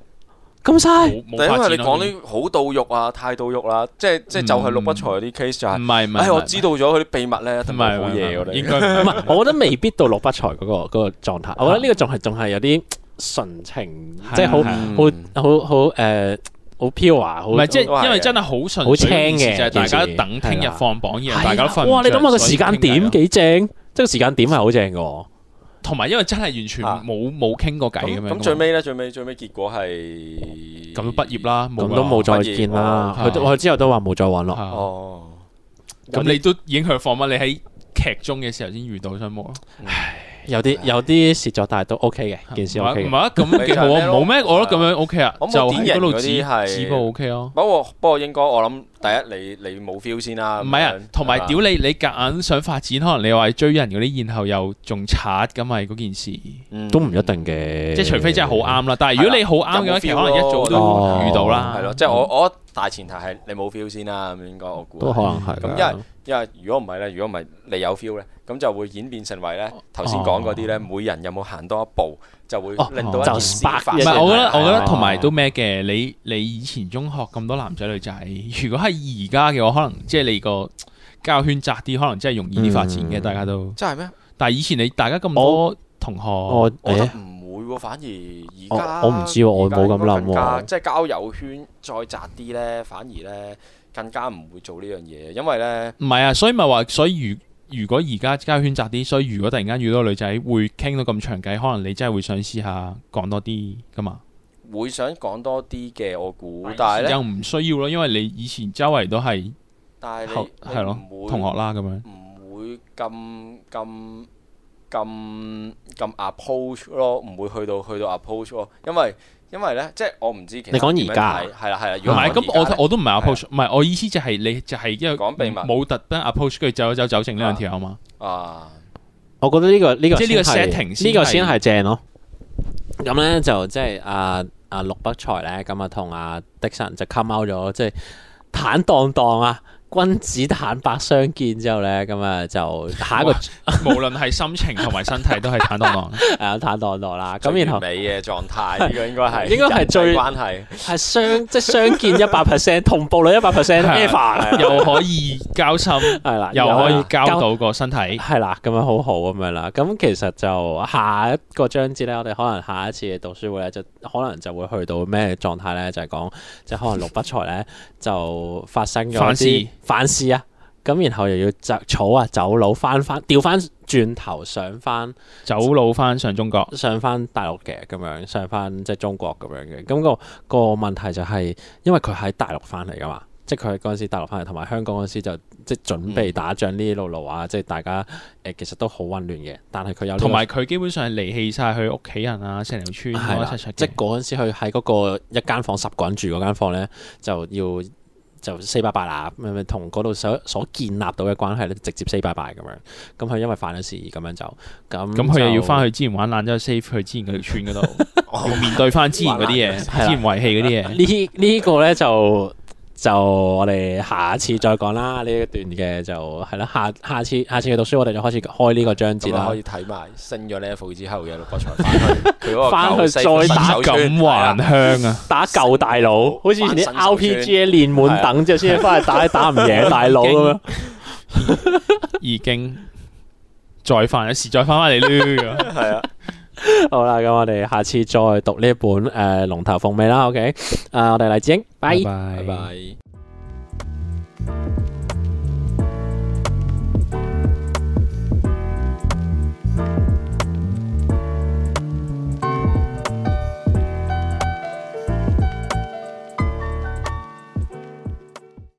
[SPEAKER 2] 咁嘥
[SPEAKER 4] 冇冇
[SPEAKER 3] 但係
[SPEAKER 4] 發
[SPEAKER 3] 因為
[SPEAKER 4] 展
[SPEAKER 3] 你
[SPEAKER 4] 咯
[SPEAKER 3] 講啲好到肉啊、太到肉啦，即係即係就係陸不才啲 case 就
[SPEAKER 4] 唔
[SPEAKER 3] 啊係，
[SPEAKER 4] 係唔係，
[SPEAKER 3] 唉，
[SPEAKER 4] 唔係
[SPEAKER 3] 我知道咗佢啲秘密咧，
[SPEAKER 4] 唔
[SPEAKER 3] 同埋
[SPEAKER 4] 係
[SPEAKER 3] 好
[SPEAKER 4] 唔係
[SPEAKER 3] 嘢我哋
[SPEAKER 4] 應該唔
[SPEAKER 2] 唔
[SPEAKER 4] 係
[SPEAKER 2] 係，我覺得未必到落不才嗰個嗰個狀態。我覺得呢個仲係仲係有啲純情，
[SPEAKER 4] 啊係
[SPEAKER 2] 即係好
[SPEAKER 4] 係嗯
[SPEAKER 2] 好好好誒，好 pure 啊，好
[SPEAKER 4] 唔係即
[SPEAKER 3] 都係
[SPEAKER 4] 係
[SPEAKER 3] 嘅
[SPEAKER 4] 因為真係好純
[SPEAKER 2] 好青嘅
[SPEAKER 4] 粹就係大家
[SPEAKER 2] 件事
[SPEAKER 4] 等聽日
[SPEAKER 2] 係啦
[SPEAKER 4] 放榜，然
[SPEAKER 2] 係
[SPEAKER 4] 後大家都
[SPEAKER 2] 啊
[SPEAKER 4] 瞓唔
[SPEAKER 2] 哇！你
[SPEAKER 4] 着
[SPEAKER 2] 諗下個
[SPEAKER 4] 所以
[SPEAKER 2] 時間
[SPEAKER 4] 傾偈咯啊
[SPEAKER 2] 點幾正，即係個時間點係好正嘅喎。
[SPEAKER 4] 同埋因為真係完全
[SPEAKER 3] 啊
[SPEAKER 4] 冇冇傾過偈
[SPEAKER 3] 咁
[SPEAKER 4] 咁樣㗎嘛。
[SPEAKER 3] 咁最尾咧，最尾最尾結果係
[SPEAKER 4] 咁都畢業啦，
[SPEAKER 2] 嗯咁都冇
[SPEAKER 4] 咗。
[SPEAKER 2] 再見啦。
[SPEAKER 4] 畢業
[SPEAKER 2] 佢都佢之後都話冇再揾
[SPEAKER 3] Ờ.
[SPEAKER 2] 咯。
[SPEAKER 4] 係啊
[SPEAKER 3] 哦，
[SPEAKER 4] 咁你都已經去放乜？你喺劇中嘅時候先遇到想冇啊？
[SPEAKER 2] 有啲有啲蝕咗，但係都 OK 嘅，件事
[SPEAKER 4] 唔係
[SPEAKER 2] OK 嘅。
[SPEAKER 4] 唔係 啊，咁幾好啊！冇咩，我覺得咁樣 OK 啊，就
[SPEAKER 2] 哦
[SPEAKER 3] 我冇
[SPEAKER 4] 喺
[SPEAKER 3] 典型
[SPEAKER 4] 嗰度
[SPEAKER 3] 嗰啲
[SPEAKER 4] 止
[SPEAKER 3] 係
[SPEAKER 4] 止步 OK 咯。
[SPEAKER 3] 不過不過應該我諗第一你你冇 feel 先啦，
[SPEAKER 4] 唔係啊
[SPEAKER 3] 咁樣，
[SPEAKER 4] 同埋
[SPEAKER 3] 係嘛
[SPEAKER 4] 屌你，你夾硬想發展，可能你話追人嗰啲，然後又仲刷咁咪嗰件事，
[SPEAKER 3] 嗯
[SPEAKER 2] 都唔一定嘅。
[SPEAKER 4] 即係除非真係好啱啦。但係如果你好啱嘅話，
[SPEAKER 3] 有冇
[SPEAKER 4] 其實
[SPEAKER 3] feel
[SPEAKER 4] 可能一早
[SPEAKER 2] 咯
[SPEAKER 4] 都遇到啦。
[SPEAKER 3] 係咯，即係我我大前提係你冇 feel 先啦，咁應該我估
[SPEAKER 2] 都
[SPEAKER 3] 係。
[SPEAKER 2] 可能係㗎。
[SPEAKER 3] 咁因為因為如果唔係咧，如果唔係你有 feel 咧，咁就會演變成為咧頭先講嗰啲咧，每人有冇行多一步，就會
[SPEAKER 2] 哦
[SPEAKER 3] 令到一
[SPEAKER 2] 就
[SPEAKER 3] 件事發
[SPEAKER 2] 白
[SPEAKER 4] 唔
[SPEAKER 2] 一
[SPEAKER 3] 生。
[SPEAKER 2] 樣
[SPEAKER 4] 係，我覺
[SPEAKER 2] 係
[SPEAKER 4] 得我覺
[SPEAKER 3] 啊
[SPEAKER 4] 得
[SPEAKER 2] 係
[SPEAKER 4] 同埋
[SPEAKER 2] 係
[SPEAKER 4] 都咩嘅，你你以前中學咁多男仔女仔，如果係而家嘅話，可能即係你個交友圈窄啲，可能真係容易啲發展嘅，
[SPEAKER 2] 嗯
[SPEAKER 4] 大家都。
[SPEAKER 3] 真係咩？
[SPEAKER 4] 但係以前你大家咁多同學，
[SPEAKER 2] 我
[SPEAKER 3] 我覺得
[SPEAKER 2] 哦誒哦
[SPEAKER 3] 唔會喎，反而而家
[SPEAKER 2] 我我唔知喎我冇咁諗喎
[SPEAKER 3] 而家應該更加即係交友圈再窄啲咧，反而咧更加唔會做呢樣嘢，因為咧
[SPEAKER 4] 唔係啊，所以咪話，所以如如果而家交友圈窄啲，所以如果突然間遇到個女仔會傾到咁長偈，可能你真係會想試下講多啲噶嘛。
[SPEAKER 3] 會想講多啲嘅，我估，但係
[SPEAKER 4] 又
[SPEAKER 3] 咧，
[SPEAKER 4] 唔需要咯，因為你以前周圍都係
[SPEAKER 3] 但係
[SPEAKER 4] 後
[SPEAKER 3] 你
[SPEAKER 4] 係咯
[SPEAKER 3] 你唔會
[SPEAKER 4] 同學啦咁樣。
[SPEAKER 3] 唔會咁咁咁咁 approach 咯，唔會去到去到 approach 咯，因為因為咧，即係我唔知其他
[SPEAKER 2] 你講
[SPEAKER 3] 點樣
[SPEAKER 2] 而家啊
[SPEAKER 3] 睇係啦係啦，
[SPEAKER 4] 唔
[SPEAKER 3] 如果
[SPEAKER 4] 係，
[SPEAKER 3] 講而
[SPEAKER 4] 咁
[SPEAKER 3] 家
[SPEAKER 4] 我
[SPEAKER 3] 呢
[SPEAKER 4] 我都唔係 approach，唔係我意思就係你就係因為
[SPEAKER 3] 講秘密
[SPEAKER 4] 冇特登 approach，跟住走走走剩呢兩條啊嘛。
[SPEAKER 3] 啊
[SPEAKER 2] 我覺得呢、個呢、個
[SPEAKER 4] 即係呢個
[SPEAKER 2] 先係
[SPEAKER 4] setting
[SPEAKER 2] 呢個
[SPEAKER 4] 先係
[SPEAKER 2] 先係正咯。咁咧就即係阿阿陸北才咧，咁啊同阿迪神就 come out 咗，即係坦蕩蕩啊，君子坦白相見之後咧，咁啊就下一 個
[SPEAKER 4] 哇無論係心情同埋身體都係坦蕩蕩。
[SPEAKER 2] 誒啊坦蕩蕩啦。咁
[SPEAKER 3] 最
[SPEAKER 2] 然後
[SPEAKER 3] 完美嘅狀 態，呢個應該係
[SPEAKER 2] 應該係
[SPEAKER 3] 人際
[SPEAKER 2] 最
[SPEAKER 3] 關係
[SPEAKER 2] 係相即係相見一百 percent，同步率一百 percent 啊
[SPEAKER 4] 係
[SPEAKER 2] ever
[SPEAKER 4] 又可以交心，
[SPEAKER 2] 係啦，
[SPEAKER 4] 又可以交
[SPEAKER 2] 交
[SPEAKER 4] 到個身體。
[SPEAKER 2] 係啦，咁樣好好咁樣啦。咁其實就下一個章節咧，我哋可能下一次嘅讀書會咧，就可能就會去到咩狀態咧？就係、講即係可能陸北才咧就發生咗
[SPEAKER 4] 反思
[SPEAKER 2] 啲反思啊。咁然後又要摘草啊、走佬翻翻調翻轉頭上翻
[SPEAKER 4] 走佬翻上中國，
[SPEAKER 2] 上翻大陸嘅咁樣，上翻即係中國咁樣嘅。咁、個個問題就係、因為佢喺大陸翻嚟噶嘛，即係佢嗰陣時大陸翻嚟，同埋香港嗰陣時就即係準
[SPEAKER 4] 嗯
[SPEAKER 2] 備打仗呢啲路路啊，即係大家誒、其實都好混亂嘅。但係佢有呢個
[SPEAKER 4] 同埋佢基本上係離棄晒佢屋企人啊、成條村
[SPEAKER 2] 係
[SPEAKER 4] 啊、
[SPEAKER 2] 啦
[SPEAKER 4] 七七
[SPEAKER 2] 即係嗰陣時佢喺嗰個一間房十個人住嗰間房咧，就要就四拜拜啦，咪咪同嗰度所所建立到嘅關係咧，直接四拜拜咁樣。咁佢因為犯咗事咁樣就咁
[SPEAKER 4] 咁佢又要
[SPEAKER 2] 就
[SPEAKER 4] 翻去之前玩爛咗，save 佢之前嗰條村嗰度，要面對翻之前嗰啲嘢，之
[SPEAKER 2] 係啦
[SPEAKER 4] 前遺棄嗰啲 嘢。
[SPEAKER 2] 呢呢個咧就就我哋下次再講啦，呢一段嘅就係啦，下下次下次嘅讀書我哋就開始開呢個章節
[SPEAKER 3] 咁啊
[SPEAKER 2] 啦
[SPEAKER 3] 可。以睇埋升咗 level 之後嘅陸博才 翻去佢嗰個
[SPEAKER 2] 返去
[SPEAKER 3] 舊西
[SPEAKER 2] 再打
[SPEAKER 3] 新手村
[SPEAKER 4] 咁
[SPEAKER 3] 係啦
[SPEAKER 4] 還鄉啊！
[SPEAKER 2] 打舊大佬，好似以前啲
[SPEAKER 3] 玩新手啊
[SPEAKER 2] RPG 練滿等之後先至翻去打，打唔贏大佬咁樣。
[SPEAKER 4] 已經再犯有時再翻返嚟呢
[SPEAKER 2] 好啦，咁我哋下次再讀呢一本誒《龍頭鳳尾》啦。OK，誒，我哋黎智英，拜
[SPEAKER 3] 拜
[SPEAKER 4] 拜
[SPEAKER 3] 拜。